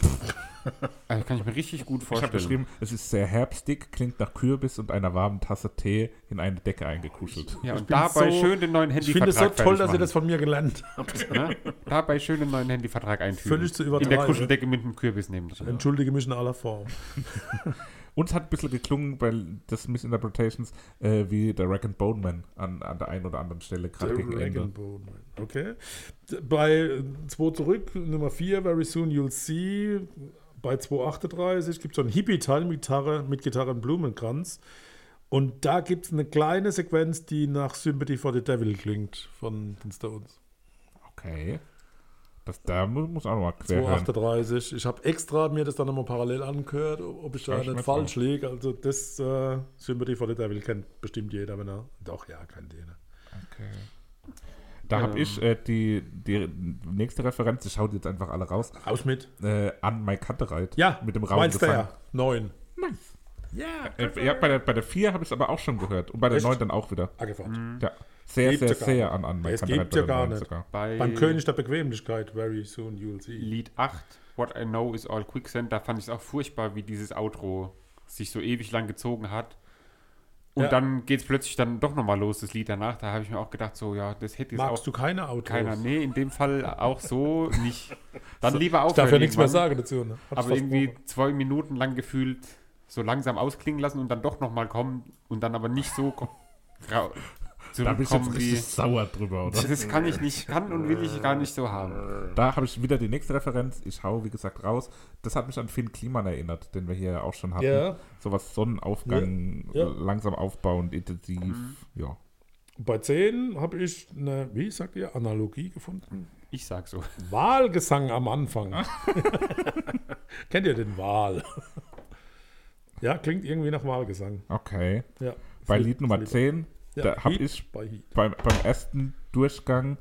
also kann ich mir richtig gut Ich habe vorstellen. geschrieben, es ist sehr herbstig, klingt nach Kürbis und einer warmen Tasse Tee in eine Decke eingekuschelt. Ja, Ich und bin dabei so- schön den neuen Ich Handyvertrag finde es so fertig toll, dass ihr machen. das von mir gelernt habt. Ne? Dabei schön den neuen Handyvertrag eintüten. Völlig zu übertreiben. In der Kuscheldecke mit einem Kürbis neben drin. Entschuldige mich in aller Form. Uns hat ein bisschen geklungen bei des Misinterpretations, äh, wie der Rack and Bone Man an, an der einen oder anderen Stelle gerade Der gegen Ende. Dragonbone, mein. Okay. D- Bei 2 zurück, Nummer 4, Very Soon You'll See. Bei 238 gibt es so einen Hippie-Teil mit Gitarre, mit Gitarre und Blumenkranz. Und da gibt es eine kleine Sequenz, die nach Sympathy for the Devil klingt von den Stones. Okay. Das, da mu- muss auch nochmal quer hören. 238. Ich habe extra mir das dann nochmal parallel angehört, ob ob ich da Ja, nicht schmeckt falsch liege. Also das äh, Sympathy for the Devil kennt bestimmt jeder, wenn er... Doch, ja, kennt jeder. Da Genau. habe ich äh, die, die nächste Referenz, ich schaue die jetzt einfach alle raus, Raus mit. äh, an Mike Kantereit. Ja, mit dem Raum gefangen. Wildstayer, 9. Nice. Ja, also- Äh, ja, bei der, bei der 4 habe ich es aber auch schon gehört und bei der Echt? 9 dann auch wieder. Angefragt. Mm. Ja. Sehr, Gibt sehr, ja gar sehr an, an Es Kantereit gibt bei ja der gar 9 nicht. sogar. Bei Beim König der Bequemlichkeit, very soon you'll see. Lied 8, What I Know Is All Quicksand, da fand ich es auch furchtbar, wie dieses Outro sich so ewig lang gezogen hat. Und Ja. dann geht es plötzlich dann doch nochmal los, das Lied danach. Da habe ich mir auch gedacht, so, ja, das hätte jetzt auch Magst du keine Autos? keiner. Nee, in dem Fall auch so nicht. Dann lieber aufhören. Ich darf ja nichts mehr irgendwann. sagen dazu. Ne? Hab's Aber fast irgendwie gemacht. zwei Minuten lang gefühlt so langsam ausklingen lassen und dann doch nochmal kommen und dann aber nicht so ko- grau- Da bin ich jetzt zurückkommen wie. richtig sauer drüber, oder? Das kann ich nicht, kann und will ich gar nicht so haben. Da habe ich wieder die nächste Referenz. Ich hau, wie gesagt, raus. Das hat mich an Finn Kliman erinnert, den wir hier ja auch schon hatten. Ja. Sowas Sonnenaufgang, Ja, ja. langsam aufbauend, intensiv. Mhm. Ja. Bei 10 habe ich eine, wie sagt ihr, Analogie gefunden. Ich sag so. Wahlgesang am Anfang. Kennt ihr den Wahl? ja, klingt irgendwie nach Wahlgesang. Okay. Ja. Bei Lied Nummer 10, Ja, da habe Heat ich Bei Heat. beim, beim ersten Durchgang,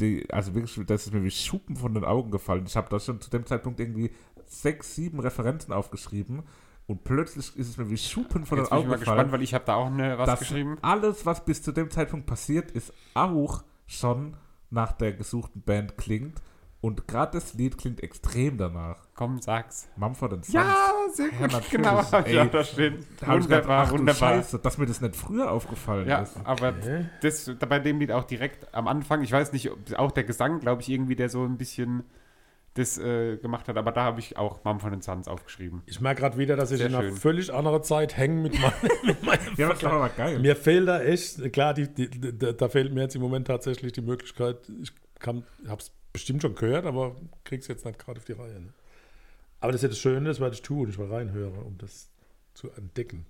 die, also wirklich, das ist mir wie Schuppen von den Augen gefallen. Ich habe da schon zu dem Zeitpunkt irgendwie sechs, sieben Referenzen aufgeschrieben und plötzlich ist es mir wie Schuppen von Jetzt den bin ich Augen mal gefallen. gespannt, weil ich habe da auch ne, was dass geschrieben. alles, was bis zu dem Zeitpunkt passiert ist, auch schon nach der gesuchten Band klingt. Und gerade das Lied klingt extrem danach. Komm, sag's. Mumford Sons. sehr Ja, natürlich, genau. ey. Ja, das stimmt. Da hab ich gedacht, Wunderbar, ach, du wunderbar. Scheiße, dass mir das nicht früher aufgefallen Ja, ist. aber das, bei dem Lied auch direkt am Anfang, ich weiß nicht, ob auch der Gesang, glaube ich, irgendwie, der so ein bisschen das äh, gemacht hat, aber da habe ich auch Mom von den Sons aufgeschrieben. Ich merke gerade wieder, dass ich Sehr in einer schön. völlig anderen Zeit hänge mit meinem. Ja, aber das war aber geil. Mir fehlt da echt, klar, die, die, da, da fehlt mir jetzt im Moment tatsächlich die Möglichkeit, ich kann, hab's bestimmt schon gehört, aber krieg's jetzt nicht gerade auf die Reihe. Ne? Aber das ist ja das Schöne, das werde ich tun, ich mal reinhöre, um das zu entdecken.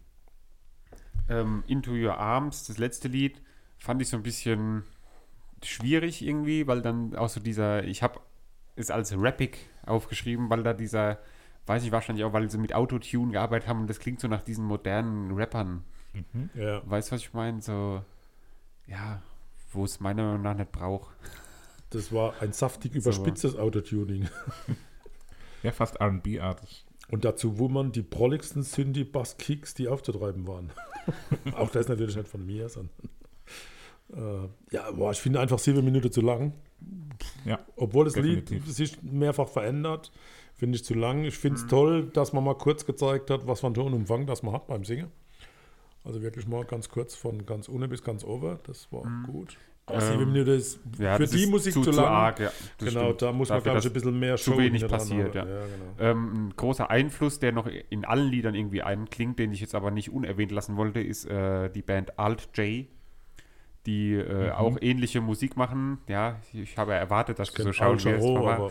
Ähm, Into Your Arms, das letzte Lied, fand ich so ein bisschen schwierig irgendwie, weil dann auch so dieser, ich habe es als Rappic aufgeschrieben, weil da dieser, weiß ich wahrscheinlich auch, weil sie mit Autotune gearbeitet haben und das klingt so nach diesen modernen Rappern. Ja. Weißt du, was ich meine? So, ja, wo es meiner Meinung nach nicht braucht. Das war ein saftig überspitztes Autotuning. Ja, fast RB-artig. Und dazu wummern die prolligsten Synthi-Bass-Kicks, die aufzutreiben waren. Auch das natürlich nicht von mir, sondern. Äh, ja, boah, ich finde einfach sieben Minuten zu lang. Ja. Obwohl das Lied Definitiv. sich mehrfach verändert, finde ich zu lang. Ich finde es Mhm. toll, dass man mal kurz gezeigt hat, was für einen Tonumfang das man hat beim Singen. Also wirklich mal ganz kurz von ganz ohne bis ganz over. Das war gut. Aber Mhm. Ähm, sieben Minuten ist Ja, für das die ist Musik zu, zu lang. arg, ja, das genau, stimmt. da muss man, Dafür, glaube ich, dass ein bisschen mehr zu Show wenig hinten dran passiert, haben. ja. genau. Ähm, ein großer Einfluss, der noch in allen Liedern irgendwie einklingt, den ich jetzt aber nicht unerwähnt lassen wollte, ist äh, die Band Alt J, die Mhm. äh, auch ähnliche Musik machen. Ja, ich, ich habe erwartet, dass du so schauen wirst. Roh, Mama. aber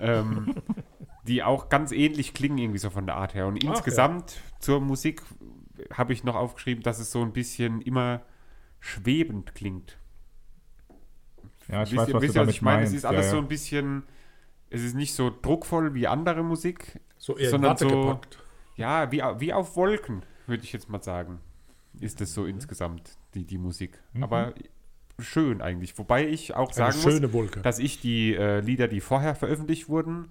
ähm, die auch ganz ähnlich klingen irgendwie so von der Art her. Und ja. insgesamt zur Musik habe ich noch aufgeschrieben, dass es so ein bisschen immer schwebend klingt. Ja, ich wisst weiß, ihr, was du wisst ihr, was damit ich meine? meinst. Es ist alles ja, so ja. ein bisschen, es ist nicht so druckvoll wie andere Musik, so eher in Sondern Watte so- gepackt. Ja, wie, au- wie auf Wolken, würde ich jetzt mal sagen, ist das so insgesamt, die, die Musik. Aber schön eigentlich. Wobei ich auch Eine sagen muss, schöne Wolke. dass ich die äh, Lieder, die vorher veröffentlicht wurden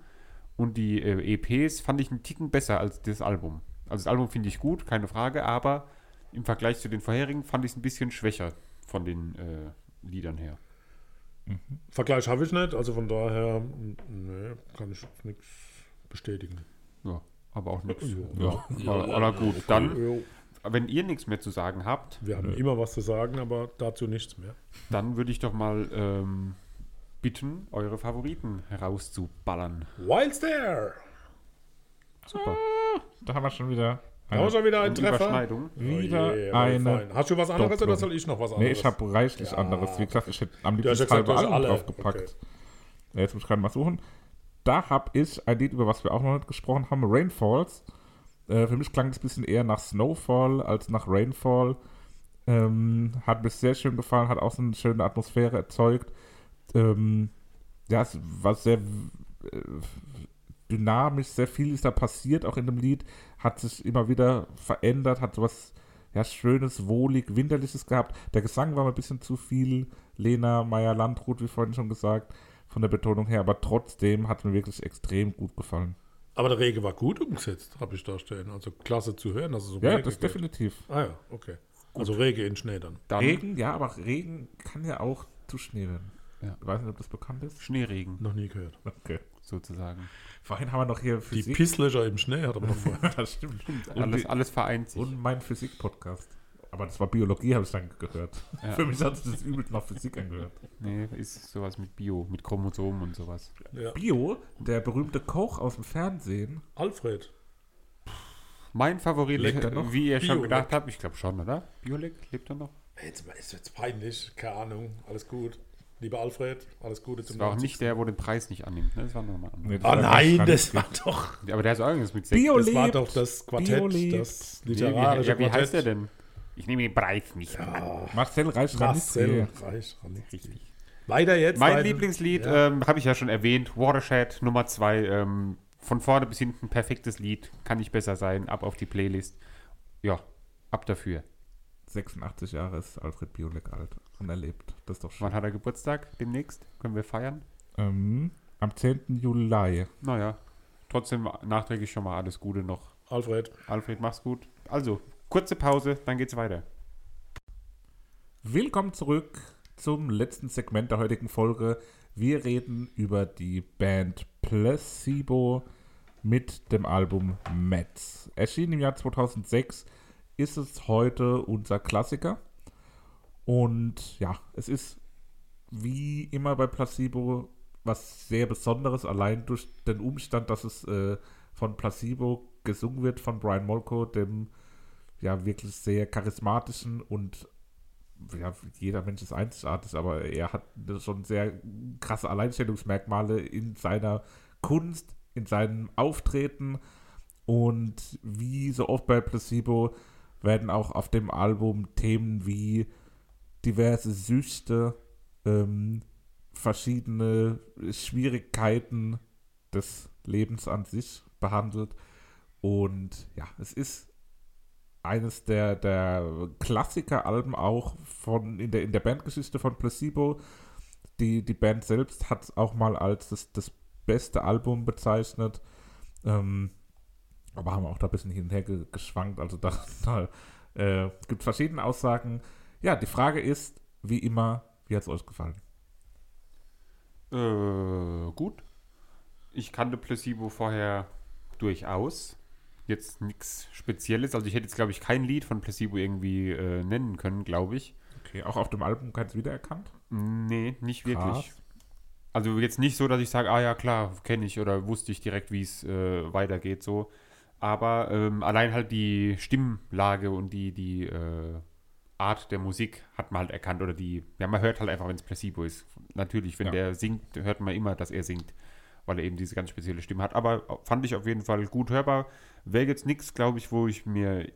und die äh, EPs, fand ich einen Ticken besser als das Album. Also das Album finde ich gut, keine Frage, aber im Vergleich zu den vorherigen fand ich es ein bisschen schwächer von den äh, Liedern her. Vergleich habe ich nicht, also von daher m, nee, kann ich nichts bestätigen. Ja, aber auch nichts. Ja. Aber, aber gut, dann, Jo, wenn ihr nichts mehr zu sagen habt, wir haben immer was zu sagen, aber dazu nichts mehr. Dann würde ich doch mal ähm, bitten, eure Favoriten herauszuballern. Wild's there! Super. Da haben wir schon wieder. Da haben wir schon wieder einen Treffer. Überschneidung. wieder Oh je, aber eine. fein. Hast du was anderes Doppelung. oder soll ich noch was Nee, anderes? ich habe reichlich anderes. Wie gesagt, ich hätte am Du hast ja liebsten das halbe gesagt, du hast Album alle. draufgepackt. Ja, Jetzt muss ich gerade mal suchen. Da habe ich ein Lied, über was wir auch noch nicht gesprochen haben, Rainfalls. Äh, für mich klang es ein bisschen eher nach Snowfall als nach Rainfall. Ähm, hat mir sehr schön gefallen, hat auch so eine schöne Atmosphäre erzeugt. Ähm, ja, es war sehr äh, dynamisch, sehr viel ist da passiert, auch in dem Lied, hat sich immer wieder verändert, hat sowas ja, Schönes, Wohlig, Winterliches gehabt. Der Gesang war mal ein bisschen zu viel, Lena Meyer-Landrut, wie vorhin schon gesagt, von der Betonung her, aber trotzdem hat mir wirklich extrem gut gefallen. Aber der Rege war gut umgesetzt, habe ich da stehen. Also klasse zu hören, dass es um Ja, Rege das geht. definitiv. Ah ja, okay. Also Rege in Schnee dann. Dann Regen, ja, aber Regen kann ja auch zu Schnee werden. Ja. Ich weiß nicht, ob das bekannt ist. Schneeregen Noch nie gehört. Okay. sozusagen. Vorhin haben wir noch hier Die Physik. Pisslöcher im Schnee hat aber noch vorher. das stimmt. Und, Alles, die- alles vereint sich. und mein Physik-Podcast. Aber das war Biologie, habe ich dann gehört. Ja. Für mich hat sich das übel nach Physik angehört. Nee, ist sowas mit Bio, mit Chromosomen und sowas. ja. Bio, der berühmte Koch aus dem Fernsehen. Alfred. Mein Favorit, Lebt er noch? wie ihr schon Biolek. gedacht habt, ich glaube schon, oder? Biolek, lebt er noch? Jetzt ist jetzt peinlich, keine Ahnung, alles gut. Lieber Alfred, alles Gute zum Das war auch nicht der, wo den Preis nicht annimmt. Ne? Das war nochmal Nee, das anders. Oh war nein, ganz- das war doch. Aber der ist auch irgendwas mit Bio Das war lebt. doch das Bio Quartett, lebt. das Nee, wie, literarische ja, wie Quartett. heißt der denn? Ich nehme den Preis nicht. Marcel reich Marcel Marcel. Reich. Ranitzky. Richtig. Weiter jetzt. Mein dein- Lieblingslied Ja. ähm, habe ich also- ja schon erwähnt. Watershed Nummer 2. Ähm, von vorne bis hinten perfektes Lied. Kann nicht besser sein. Ab auf die Playlist. Ja, ab dafür. 86 Jahre ist Alfred Biolek alt und er lebt. Das ist doch schön. Wann hat er Geburtstag? Demnächst? Können wir feiern? Ähm, am 10. Juli. Naja, trotzdem nachträglich schon mal alles Gute noch. Alfred. Alfred, mach's gut. Also, kurze Pause, dann geht's weiter. Willkommen zurück zum letzten Segment der heutigen Folge. Wir reden über die Band Placebo mit dem Album Mets. Erschienen im Jahr 2006 ist es heute unser Klassiker. Und ja, es ist wie immer bei Placebo was sehr Besonderes, allein durch den Umstand, dass es äh, von Placebo gesungen wird, von Brian Molko, dem ja wirklich sehr charismatischen und ja, jeder Mensch ist einzigartig, aber er hat schon sehr krasse Alleinstellungsmerkmale in seiner Kunst, in seinem Auftreten und wie so oft bei Placebo werden auch auf dem Album Themen wie diverse Süchte, ähm, verschiedene Schwierigkeiten des Lebens an sich behandelt und ja, es ist eines der, der Klassiker-Alben auch von in der, in der Bandgeschichte von Placebo. Die, die Band selbst hat es auch mal als das, das beste Album bezeichnet. Ähm, aber haben auch da ein bisschen hin und her ge geschwankt. Also da, da äh, gibt es verschiedene Aussagen. Ja, die Frage ist, wie immer, wie hat es euch gefallen? Äh, gut. Ich kannte Placebo vorher durchaus. Jetzt nichts Spezielles. Also ich hätte jetzt, glaube ich, kein Lied von Placebo irgendwie äh, nennen können, glaube ich. Okay, auch auf dem Album keins wiedererkannt? Nee, nicht wirklich. Krass. Also jetzt nicht so, dass ich sage, ah ja, klar, kenne ich oder wusste ich direkt, wie es äh, weitergeht, so. Aber ähm, allein halt die Stimmlage und die, die äh, Art der Musik hat man halt erkannt oder die, ja, man hört halt einfach, wenn es Placebo ist. Natürlich, wenn Ja. der singt, hört man immer, dass er singt, weil er eben diese ganz spezielle Stimme hat. Aber äh, fand ich auf jeden Fall gut hörbar. Wäre jetzt nichts, glaube ich, wo ich mir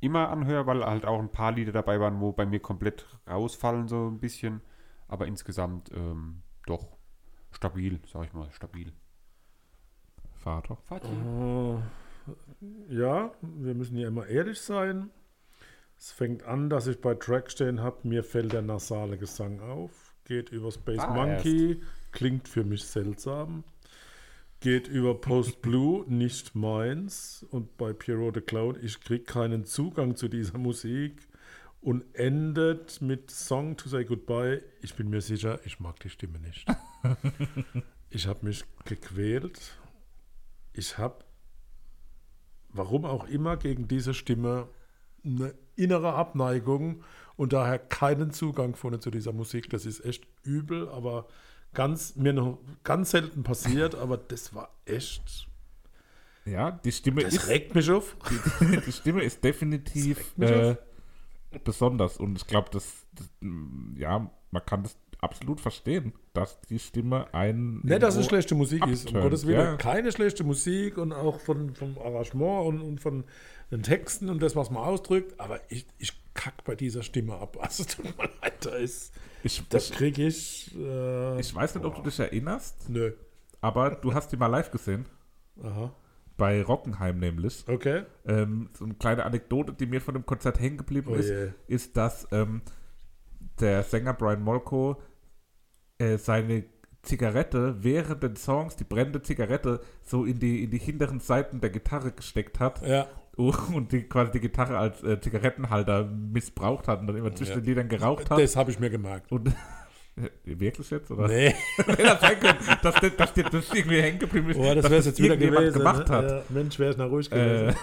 immer anhöre, weil halt auch ein paar Lieder dabei waren, wo bei mir komplett rausfallen, so ein bisschen. Aber insgesamt ähm, doch stabil, sag ich mal, stabil. Vater. Fatih. Äh, ja, wir müssen ja immer ehrlich sein. Es fängt an, dass ich bei Track stehen habe, mir fällt der nasale Gesang auf, geht über Space Ah, Monkey, klingt für mich seltsam, geht über Post Blue, nicht meins, und bei Piero the Clown, ich kriege keinen Zugang zu dieser Musik und endet mit Song to Say Goodbye. Ich bin mir sicher, ich mag die Stimme nicht. ich habe mich gequält ich habe, warum auch immer, gegen diese Stimme eine innere Abneigung und daher keinen Zugang vorne zu dieser Musik. Das ist echt übel, aber ganz mir noch ganz selten passiert, aber das war echt. Ja, die Stimme Das ist regt mich auf. die, die Stimme ist definitiv mich äh, besonders und ich glaube, das, das, mm, ja, man kann das absolut verstehen, dass die Stimme ein. Nicht, dass es irgendwo- schlechte Musik Ne, ist, um abturnt, Gottes Willen. ja. Keine schlechte Musik und auch von, vom Arrangement und, und von den Texten und das, was man ausdrückt, aber ich, ich kack bei dieser Stimme ab. Also tut mir leid, da ist, Ich, das ich, kriege ich. Äh, ich weiß nicht, ob du dich erinnerst, nö. aber du hast die mal live gesehen. Aha. Bei Rockenheim nämlich. Okay. Ähm, so eine kleine Anekdote, die mir von dem Konzert hängen geblieben Oh ist, je. ist, dass ähm, der Sänger Brian Molko äh, seine Zigarette während den Songs, die brennende Zigarette, so in die, in die hinteren Seiten der Gitarre gesteckt hat Ja. Oh, und die, quasi die Gitarre als äh, Zigarettenhalter missbraucht hat und dann immer zwischen Ja. den Liedern geraucht hat. Das habe ich mir gemerkt. und Wirklich jetzt? Oder? Nee, Hätte das sein können, dass, dir- dass dir das irgendwie hängen geblieben ist, Boah, Oh, das dass wäre jetzt wieder irgendjemand gewesen. gemacht ne? hat. Ja, Mensch, wäre es noch ruhig Äh, gewesen.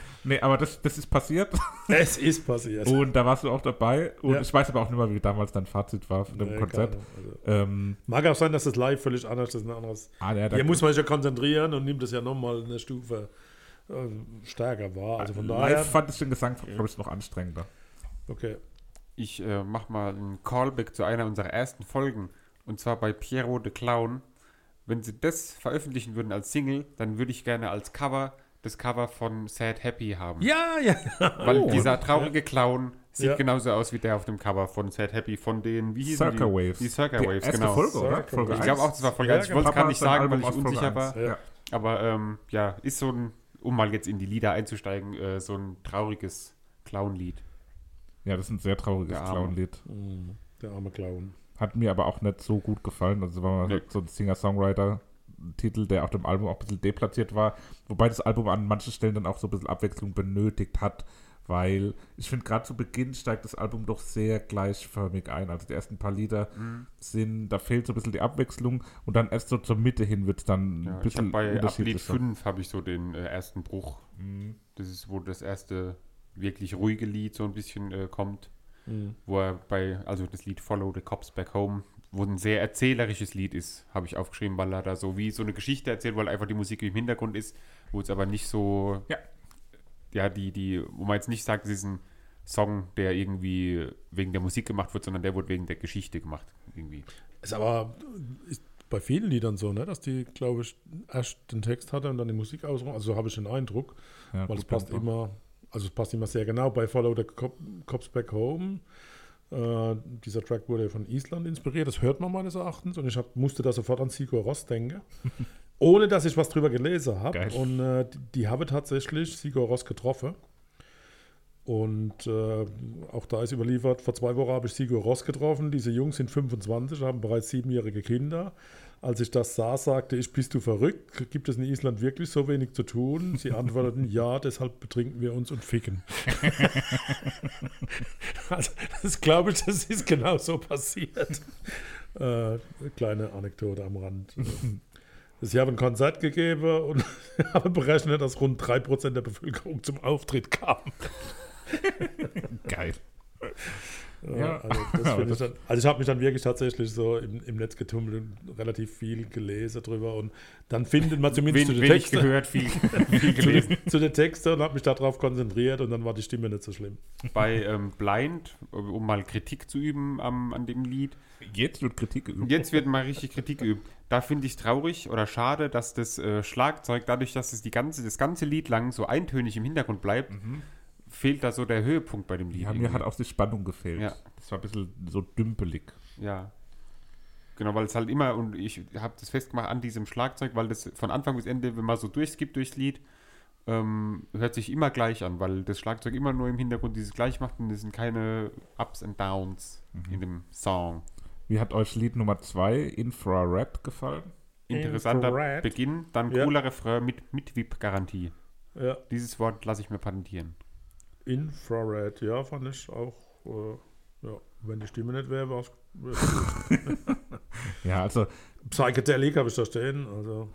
nee, aber das, das ist passiert es ist passiert. und da warst du auch dabei und Ja. ich weiß aber auch nicht mehr, wie damals dein Fazit war von dem Nee, Konzert. keine Ahnung. Also, Ähm, Mag auch sein, dass das live völlig anders ist. Ein anderes. ah, ja, da Hier muss man sich ja konzentrieren und nimmt das ja nochmal eine Stufe ähm, stärker wahr. Also von live daher. fand ich den Gesang, glaube ich, noch anstrengender. Okay. Ich äh, mach mal einen Callback zu einer unserer ersten Folgen. Und zwar bei Piero de Clown. Wenn sie das veröffentlichen würden als Single, dann würde ich gerne als Cover das Cover von Sad Happy haben. Ja, ja. Weil Oh. dieser traurige Clown sieht Ja. genauso aus wie der auf dem Cover von Sad Happy, von den, wie hießen Circa die? Waves. Die Circa Die Waves, erste genau. Folge, oder? Circa Folge Waves. Ich glaube auch, das war Folge 1. Ich wollte es Papa gar nicht hat sein sagen, weil Album ich aus Folge unsicher war. eins. Ja. Aber ähm, ja, ist so ein, um mal jetzt in die Lieder einzusteigen, äh, so ein trauriges Clown-Lied. ja, das ist ein sehr trauriges Der Arme. Clown-Lied. Der arme Clown. Hat mir aber auch nicht so gut gefallen. Also war Nee. so ein Singer-Songwriter-Titel, der auf dem Album auch ein bisschen deplatziert war. Wobei das Album an manchen Stellen dann auch so ein bisschen Abwechslung benötigt hat. Weil ich finde, gerade zu Beginn steigt das Album doch sehr gleichförmig ein. Also die ersten paar Lieder Mhm. sind, da fehlt so ein bisschen die Abwechslung und dann erst so zur Mitte hin wird es dann Ja, ein ich hab bisschen bei ab Lied unterschiedlicher. 5 habe ich so den äh, ersten Bruch. Mhm. Das ist, wo das erste wirklich ruhige Lied so ein bisschen äh, kommt. Mhm. Wo er bei, also das Lied Follow the Cops Back Home, wo ein sehr erzählerisches Lied ist, habe ich aufgeschrieben, weil er da so wie so eine Geschichte erzählt, weil einfach die Musik im Hintergrund ist, wo es aber nicht so, Ja. ja, die, die, wo man jetzt nicht sagt, es ist ein Song, der irgendwie wegen der Musik gemacht wird, sondern der wurde wegen der Geschichte gemacht. Irgendwie. Ist aber ist bei vielen Liedern so, ne? dass die, glaube ich, erst den Text hatte und dann die Musik ausruhen. Also so habe ich den Eindruck. Ja, Weil gut, es passt dann- immer, also es passt immer sehr genau. Bei Follow the Cop, Cops Back Home, äh, dieser Track wurde von Island inspiriert, das hört man meines Erachtens und ich hab, musste da sofort an Sigur Ross denken. Ohne dass ich was drüber gelesen habe. Geil. Und äh, die, die habe tatsächlich Sigur Ross getroffen. Und äh, auch da ist überliefert, vor zwei Wochen habe ich Sigur Ross getroffen. Diese Jungs sind 25, haben bereits siebenjährige Kinder. Als ich das sah, sagte ich, bist du verrückt? Gibt es in Island wirklich so wenig zu tun? Sie antworteten, ja, deshalb betrinken wir uns und ficken. also, das glaube ich, das ist genau so passiert. Äh, kleine Anekdote am Rand. Ich habe ein Konzert gegeben und habe berechnet, dass rund 3% der Bevölkerung zum Auftritt kamen. Geil. Ja, Ja. Also, das finde ich dann, also ich habe mich dann wirklich tatsächlich so im, im Netz getummelt und relativ viel gelesen drüber und dann findet man zumindest zu Wen, den wenig Texten, gehört, viel, viel zu gelesen. den, zu den Texten und habe mich darauf konzentriert und dann war die Stimme nicht so schlimm. bei ähm, Blind, um mal Kritik zu üben am, an dem Lied. Jetzt wird Kritik geübt. Jetzt wird mal richtig Kritik geübt. Da finde ich traurig oder schade, dass das äh, Schlagzeug, dadurch, dass es die ganze, das ganze Lied lang so eintönig im Hintergrund bleibt, fehlt da so der Höhepunkt bei dem Lied. Mhm. Ja, mir irgendwie. hat auch die Spannung gefehlt. Ja. Das war ein bisschen so dümpelig. ja. Genau, weil es halt immer, und ich habe das festgemacht an diesem Schlagzeug, weil das von Anfang bis Ende, wenn man so durchskippt durchs Lied, ähm, hört sich immer gleich an, weil das Schlagzeug immer nur im Hintergrund dieses gleich macht und es sind keine Ups und Downs Mhm. in dem Song. Wie hat euch Lied Nummer 2 Infrared gefallen? interessanter Infrared. Beginn, dann Ja. cooler Refrain mit, mit VIP-Garantie. Ja, Dieses Wort lasse ich mir patentieren. Infrared, ja, fand ich auch. Äh, ja, wenn die Stimme nicht wäre, war es. Ja, also Psychedelic habe ich da stehen. Also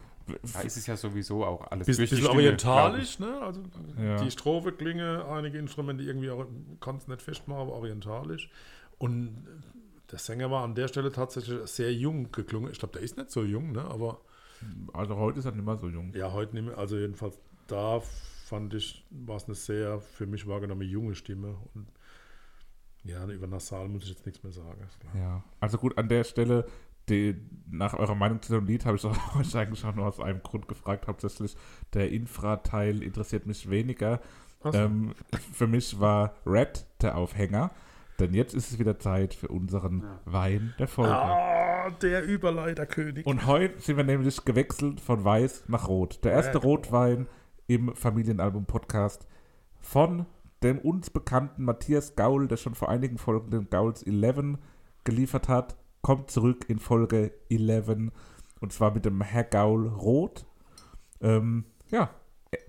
Da ist es ja sowieso auch alles bis, durch die bisschen Stimme, orientalisch, ne? Also Ja. die Strophe klinge, einige Instrumente irgendwie auch, kannst nicht festmachen, aber orientalisch. Und der Sänger war an der Stelle tatsächlich sehr jung geklungen. Ich glaube, der ist nicht so jung, ne? Aber Also heute ist er nicht mehr so jung. ja, heute nicht mehr. Also jedenfalls da fand ich, war es eine sehr für mich wahrgenommene junge Stimme. Und ja, über Nasal muss ich jetzt nichts mehr sagen. ist klar. Ja. Also gut, an der Stelle, die, nach eurer Meinung zu dem Lied habe ich auch euch eigentlich auch nur aus einem Grund gefragt. Hauptsächlich der Infra-Teil interessiert mich weniger. Achso. Ähm, für mich war Red der Aufhänger, denn jetzt ist es wieder Zeit für unseren Wein der Folge. Ah, der Überleiterkönig. Oh, Und heute sind wir nämlich gewechselt von weiß nach rot. Der erste Red. Rotwein im Familienalbum-Podcast von dem uns bekannten Matthias Gaul, der schon vor einigen Folgen den Gauls 11 geliefert hat, kommt zurück in Folge 11 und zwar mit dem Herr Gaul Rot. Ähm, ja,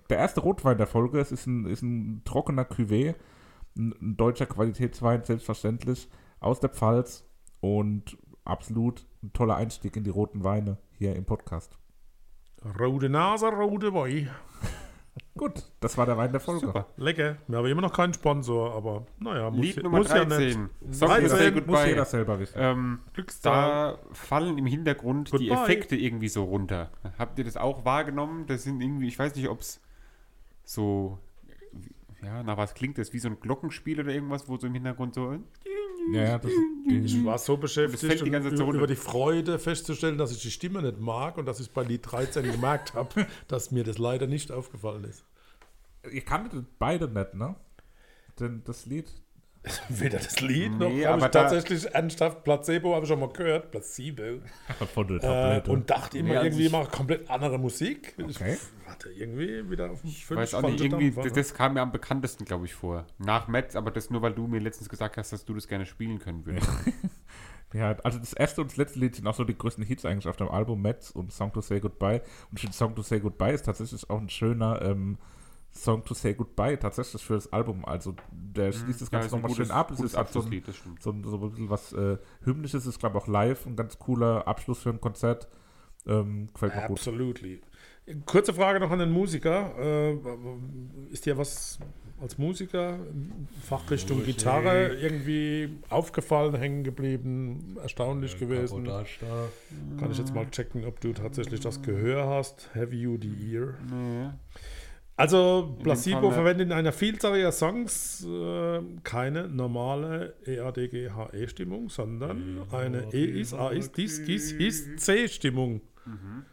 der erste Rotwein der Folge. Es ist ein, ist ein trockener Cuvée, ein, ein deutscher Qualitätswein, selbstverständlich, aus der Pfalz und absolut ein toller Einstieg in die roten Weine hier im Podcast. Rote Nase, rote Wei. Gut, das war der Wein der Folge. Super. Lecker. Wir haben immer noch keinen Sponsor, aber naja, muss, Lied ja- Nummer muss ja nicht. 13. Song Muss to Say jeder- Also, muss Goodbye. jeder selber wissen. Ähm, Glückszahl. da fallen im Hintergrund die Goodbye. Effekte irgendwie so runter. Habt ihr das auch wahrgenommen? Das sind irgendwie, ich weiß nicht, ob es so, ja, nach was klingt das? Wie so ein Glockenspiel oder irgendwas, wo so im Hintergrund so. Ja, ja, das, die, Ich war so Das beschäftigt fällt die ganze Zeit über, runter. über die Freude festzustellen, dass ich die Stimme nicht mag und dass ich bei Lied 13 gemerkt habe, dass mir das leider nicht aufgefallen ist. ihr kanntet beide nicht, ne? Denn das Lied, Weder das Lied noch Nee, habe aber ich da- tatsächlich ernsthaft Placebo, habe ich schon mal gehört, Placebo. von der Äh, Tablette. und dachte immer, Nee, an irgendwie sich- mache ich komplett andere Musik. Okay. Ich hatte irgendwie wieder auf dem Ich weiß auch nicht, irgendwie, das, das kam mir am bekanntesten, glaube ich, vor. Nach Metz, aber das nur, weil du mir letztens gesagt hast, dass du das gerne spielen können würdest. Ja, also das erste und das letzte Lied sind auch so die größten Hits eigentlich auf dem Album Mets und Song to Say Goodbye. Und ich finde Song to Say Goodbye ist tatsächlich auch ein schöner ähm, Song to Say Goodbye, tatsächlich für das Album. Also der schließt das Mhm. Ja, Ganze ist ein nochmal gutes- schön ab. Es gutes ist ab so ein, Abschlusslied, das stimmt. so, ein- so ein bisschen was äh, Hymnisches, ist glaube ich auch live ein ganz cooler Abschluss für ein Konzert. Ähm, gefällt mir gut. Absolutely. Kurze Frage noch an den Musiker. Äh, Ist dir was als Musiker, Fachrichtung Gitarre, irgendwie aufgefallen, hängen geblieben, erstaunlich gewesen? Kabotage. Kann ich jetzt mal checken, ob du tatsächlich das Gehör hast? Have you the ear? Nee. Also dem Placebo Falle- verwendet in einer Vielzahl ihrer Songs äh, keine normale E EADGHE-Stimmung, sondern eine E EIS, AIS, DIS, GIS, HIS, C-Stimmung, Mhm.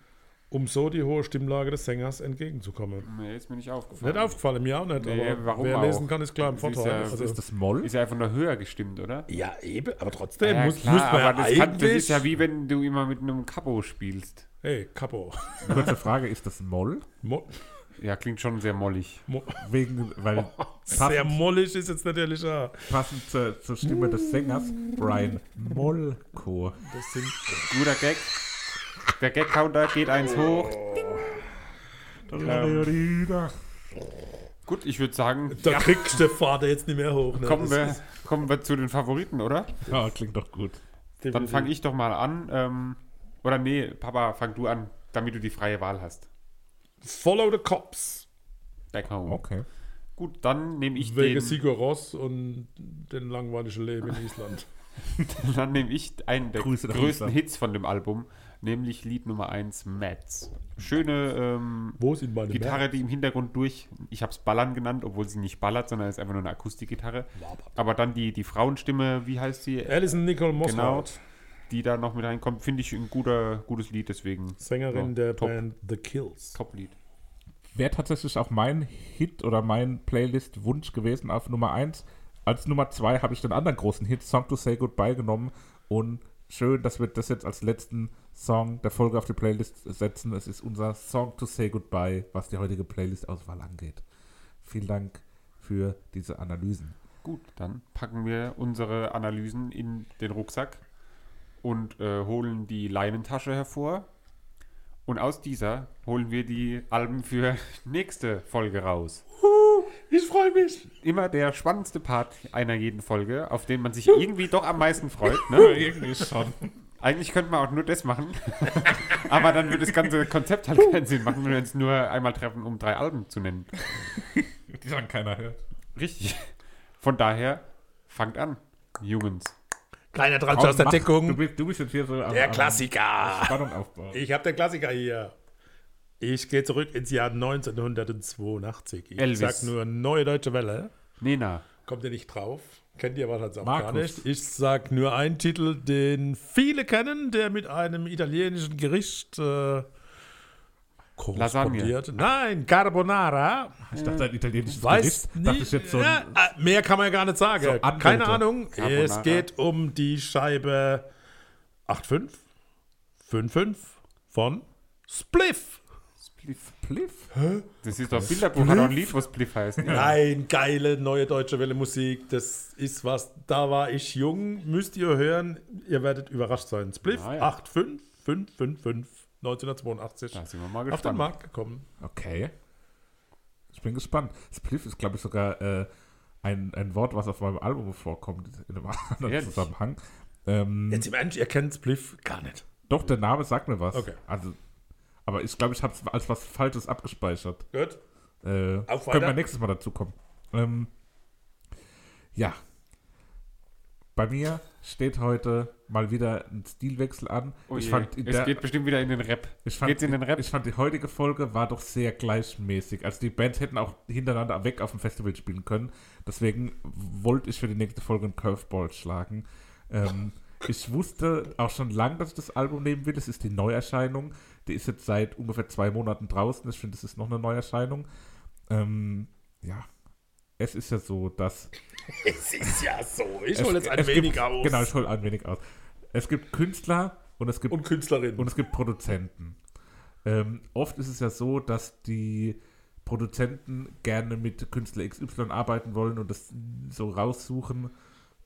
um so die hohe Stimmlage des Sängers entgegenzukommen. Nee, ist mir nicht aufgefallen. Nicht aufgefallen, mir auch nicht, Mhm. Nee, aber warum wer auch? lesen kann, ist klar im Das ist Vorteil. ja- Was also, ist das Moll? Ist ja einfach nur höher gestimmt, oder? ja, eben, aber trotzdem ja, muss, klar, müsste man ja aber das, kann, das eigentlich... ist ja wie wenn du immer mit einem Kapo spielst. hey, Kapo. Kurze Frage, ist das Moll? Mo, Ja, klingt schon sehr mollig. mo, Wegen, weil sehr passend, mollig ist jetzt natürlich... ah. Ja. passend zur, zur Stimme des Sängers Brian Mollko. Das sind... Guter Gag. Der Gag-Counter geht eins hoch. ähm, Gut, ich würde sagen, Da kriegst du den Vater jetzt nicht mehr hoch. Ne? kommen Das wir, ist- kommen wir zu den Favoriten, oder? Ja, klingt doch gut. Dann fange ich doch mal an. Ähm, oder nee, Papa, fang du an, damit du die freie Wahl hast. Follow the Cops. Back home. Okay. Gut, dann nehme ich Wegen den. Sigur Ross und den langweiligen Leben in Island. Dann nehme ich einen der Grüße nach größten Island. Hits von dem Album, nämlich Lied Nummer 1, Mats. Schöne ähm, Wo sind meine Gitarre, die im Hintergrund durch, ich habe es Ballern genannt, obwohl sie nicht ballert, sondern ist einfach nur eine Akustikgitarre. Aber dann die, die Frauenstimme, wie heißt sie? Äh? Männer? Alison Nicole Genau. Mosshart, Die da noch mit reinkommt, finde ich ein guter, gutes Lied, deswegen. Sängerin Ja, der top. Band The Kills. Top-Lied. Wäre tatsächlich auch mein Hit oder mein Playlist-Wunsch gewesen auf Nummer 1. Als Nummer 2 habe ich den anderen großen Hit, Song to Say Goodbye, genommen. Und schön, dass wir das jetzt als letzten Song der Folge auf die Playlist setzen. Es ist unser Song to Say Goodbye, was die heutige Playlist-Auswahl angeht. Vielen Dank für diese Analysen. Gut, dann packen wir unsere Analysen in den Rucksack und äh, holen die Leimentasche hervor. Und aus dieser holen wir die Alben für nächste Folge raus. Ich freue mich. Immer der spannendste Part einer jeden Folge, auf den man sich irgendwie doch am meisten freut. Ne? Irgendwie schon. Eigentlich könnte man auch nur das machen. Aber dann würde das ganze Konzept halt keinen Sinn machen, wenn wir uns nur einmal treffen, um drei Alben zu nennen. Die dann keiner hört. Richtig. Von daher, fangt an, Humans. Kleiner Tranche aus der Mach- Du Deckung. bist, du bist jetzt hier so am, Der am Klassiker. Spannung aufbauen. Ich habe den Klassiker hier. Ich gehe zurück ins Jahr 1982. Ich Elvis. sag nur Neue Deutsche Welle. Nena. Kommt ihr nicht drauf? Kennt ihr wahrscheinlich auch gar Markus. nicht. Ich sag nur einen Titel, den viele kennen, der mit einem italienischen Gericht äh, Korrespondiert. Nein, Carbonara. Ich dachte, ein italienisches Weiß Gericht. Dachte ich jetzt so Ja, ein, äh, mehr kann man ja gar nicht sagen. So Anwälte. Keine Ahnung. Carbonara. Es geht um die Scheibe 8.5, 5.5 von Spliff. Spliff. Pliff? Das ist doch ein Bilderbuch, hat auch ein Lied, was Spliff heißt. Nein, geile neue deutsche Welle Musik. Das ist was. Da war ich jung. Müsst ihr hören. Ihr werdet überrascht sein. Spliff Ah, Na ja. 8.5, 5.5, 1982. Da sind wir mal Auf den gespannt. Markt gekommen. Okay. Ich bin gespannt. Spliff ist, glaube ich, sogar äh, ein, ein Wort, was auf meinem Album vorkommt, in einem anderen Ehrlich? Zusammenhang. Ähm, Jetzt im Ernst, ihr kennt Spliff gar nicht. doch, der Name sagt mir was. Okay. Also, aber ich glaube, ich habe es als was Falsches abgespeichert. Gut. Äh, Auf können weiter. wir nächstes Mal dazu kommen. Ähm, ja. Bei mir steht heute mal wieder ein Stilwechsel an. Oh ich, je, fand, in es der, geht bestimmt wieder in den Rap. ich, fand, geht's in den Rap? ich fand, die heutige Folge war doch sehr gleichmäßig. Also die Bands hätten auch hintereinander weg auf dem Festival spielen können. Deswegen wollte ich für die nächste Folge einen Curveball schlagen. Ähm, ich wusste auch schon lange, dass ich das Album nehmen will. Es ist die Neuerscheinung. Die ist jetzt seit ungefähr zwei Monaten draußen. Ich finde, es ist noch eine Neuerscheinung. Ähm, ja, es ist ja so, dass. Es ist ja so. Ich es- hole jetzt ein es wenig gibt, aus. Genau, ich hole ein wenig aus. Es gibt Künstler und es gibt Und Künstlerinnen. und es gibt Produzenten. Ähm, oft ist es ja so, dass die Produzenten gerne mit Künstler XY arbeiten wollen und das so raussuchen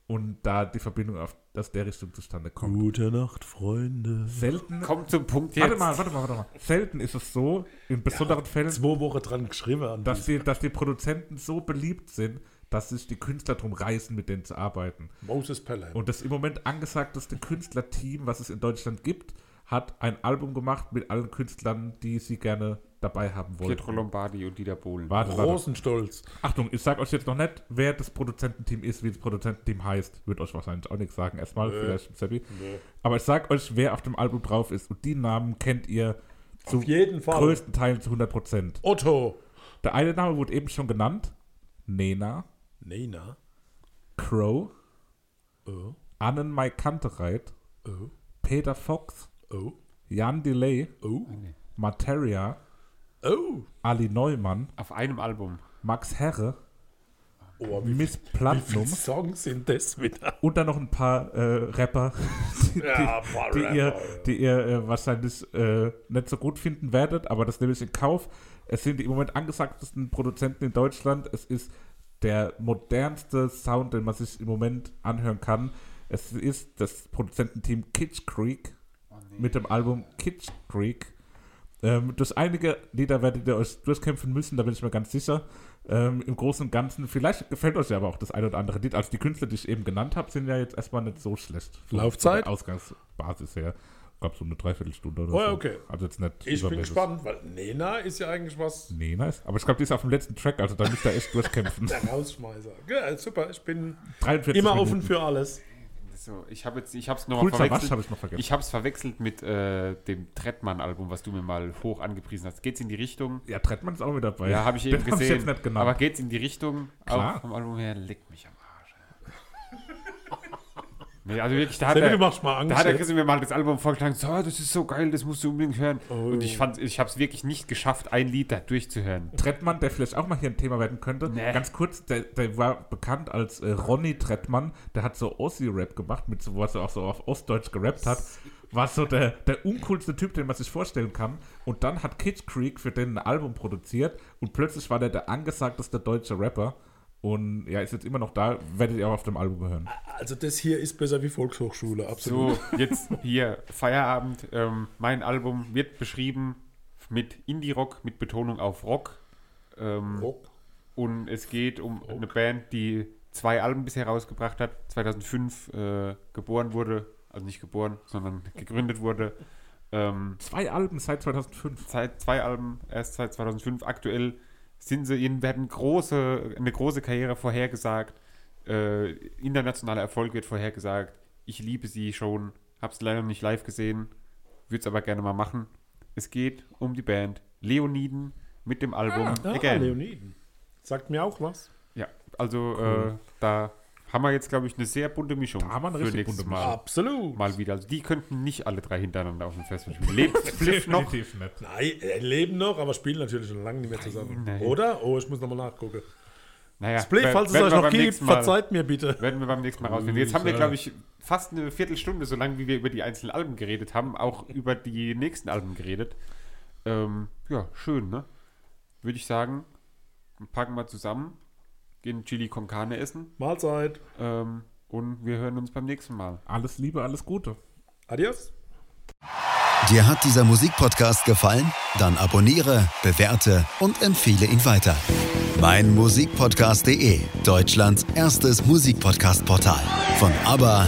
und da die Verbindung auf, aus der Richtung zustande kommt. Gute Nacht, Freunde. Selten. Kommt zum Punkt jetzt. warte mal, warte mal, warte mal. Selten ist es so, in besonderen Fällen, Zwei Wochen dran geschrieben an dass diesem die, dass die Produzenten so beliebt sind, dass sich die Künstler drum reißen, mit denen zu arbeiten. Moses Pelham. Und das im Moment angesagteste Künstlerteam, was es in Deutschland gibt, hat ein Album gemacht mit allen Künstlern, die sie gerne dabei haben wollten. Pietro Lombardi und Dieter Bohlen. Warte, warte. Großen Stolz. Achtung, ich sag euch jetzt noch nicht, wer das Produzententeam ist, wie das Produzententeam heißt. Wird euch wahrscheinlich auch nichts sagen. Erstmal vielleicht Seppi. Aber ich sag euch, wer auf dem Album drauf ist. Und die Namen kennt ihr zu Auf jeden Fall. größten Teilen zu 100 Prozent. Otto. Der eine Name wurde eben schon genannt. Nena, Nena. Crow, Oh, Annen Mai Kantereit, oh, Peter Fox, oh, Jan Delay, oh. Materia, Oh. Ali Neumann, Auf einem Album. Max Herre, Oh, wie, Miss wie viele Platinum Songs sind das wieder? und dann noch ein paar äh, Rapper, die, Ja, die, paar die Rapper, ihr, ja. die ihr äh, wahrscheinlich äh, nicht so gut finden werdet, aber das nehme ich in Kauf. Es sind die im Moment angesagtesten Produzenten in Deutschland. Es ist der modernste Sound, den man sich im Moment anhören kann. Es ist das Produzententeam Kitsch Creek mit dem Album Kitsch Creek. Ähm, durch einige Lieder werdet ihr euch durchkämpfen müssen, da bin ich mir ganz sicher. Ähm, Im Großen und Ganzen, vielleicht gefällt euch ja aber auch das ein oder andere Lied. Also die Künstler, die ich eben genannt habe, sind ja jetzt erstmal nicht so schlecht. Von- von Laufzeit? der Ausgangsbasis her. Ich glaube so eine Dreiviertelstunde oder Oh ja, so. okay. Also jetzt nicht Ich bin übermäßig. gespannt, weil Nena ist ja eigentlich was Nee, nice. Aber ich glaube, die ist auf dem letzten Track, also da müsst ihr echt durchkämpfen. der Rausschmeißer. Ja, super, ich bin 43 immer Minuten. offen für alles. So, ich habe jetzt, ich habe es nochmal Cool, Wasch habe verwechselt. ich noch vergessen. Ich habe es verwechselt mit äh, dem Trettmann-Album, was du mir mal hoch angepriesen hast. Geht's in die Richtung? ja, Trettmann ist auch mit dabei. Ja, habe ich Den eben hab gesehen. jetzt nicht genannt. Aber geht's in die Richtung? Klar. Auch vom Album her, leckt mich am Arsch. nee, also wirklich, da hat Selbe, er, du machst mal da hat der Angst. jetzt. Christian mir mal das Album vorgeschlagen, so, das ist so geil, das musst du unbedingt hören. Und ich fand, ich habe es wirklich nicht geschafft, ein Lied da durchzuhören. Trettmann, der vielleicht auch mal hier ein Thema werden könnte. Nee. Ganz kurz, der, der war bekannt als äh, Ronny Trettmann. Der hat so Ossi-Rap gemacht, mit so, was er auch so auf Ostdeutsch gerappt hat. War so der, der uncoolste Typ, den man sich vorstellen kann. Und dann hat Kid Creek für den ein Album produziert und plötzlich war der der angesagteste deutsche Rapper. Und ja, ist jetzt immer noch da, werdet ihr auch auf dem Album hören. Also das hier ist besser wie Volkshochschule, absolut. So, jetzt hier, Feierabend. Ähm, mein Album wird beschrieben mit Indie-Rock, mit Betonung auf Rock. Ähm, Rock. Und es geht um eine Band, die zwei Alben bisher rausgebracht hat. 2005 äh, geboren wurde, also nicht geboren, sondern gegründet wurde. Ähm, Zwei Alben seit 2005. seit zwei Alben, erst seit 2005 aktuell, sind sie, ihnen werden große, eine große Karriere vorhergesagt, äh, internationaler Erfolg wird vorhergesagt, ich liebe sie schon, hab's leider noch nicht live gesehen, würde es aber gerne mal machen. Es geht um die Band Leoniden mit dem Album Ah, Again. Leoniden. Sagt mir auch was. Ja, also äh, da haben wir jetzt, glaube ich, eine sehr bunte Mischung. Da haben wir eine für richtig nächstes bunte Mal, Absolut. mal wieder. Also die könnten nicht alle drei hintereinander auf dem Festival spielen. Lebt Fliff noch? Definitiv nicht. Nein, äh, leben noch, aber spielen natürlich schon lange nicht mehr zusammen. nein. Oder? Oh, ich muss nochmal nachgucken. Naja, Split, wer- falls es werden euch wir noch beim gibt, nächsten Mal- verzeiht mir bitte. Werden wir beim nächsten Mal rausfinden. Jetzt haben wir, Grüße. glaube ich, fast eine Viertelstunde, so lange wie wir über die einzelnen Alben geredet haben, auch über die nächsten Alben geredet. Ähm, ja, schön, ne? Würde ich sagen, packen wir zusammen, gehen Chili con Carne essen Mahlzeit. ähm, und wir hören uns beim nächsten Mal. Alles Liebe, alles Gute. Adios. Dir hat dieser Musikpodcast gefallen? Dann abonniere, bewerte und empfehle ihn weiter. Mein Musikpodcast.de, Deutschlands erstes Musikpodcast-Portal. Von ABBA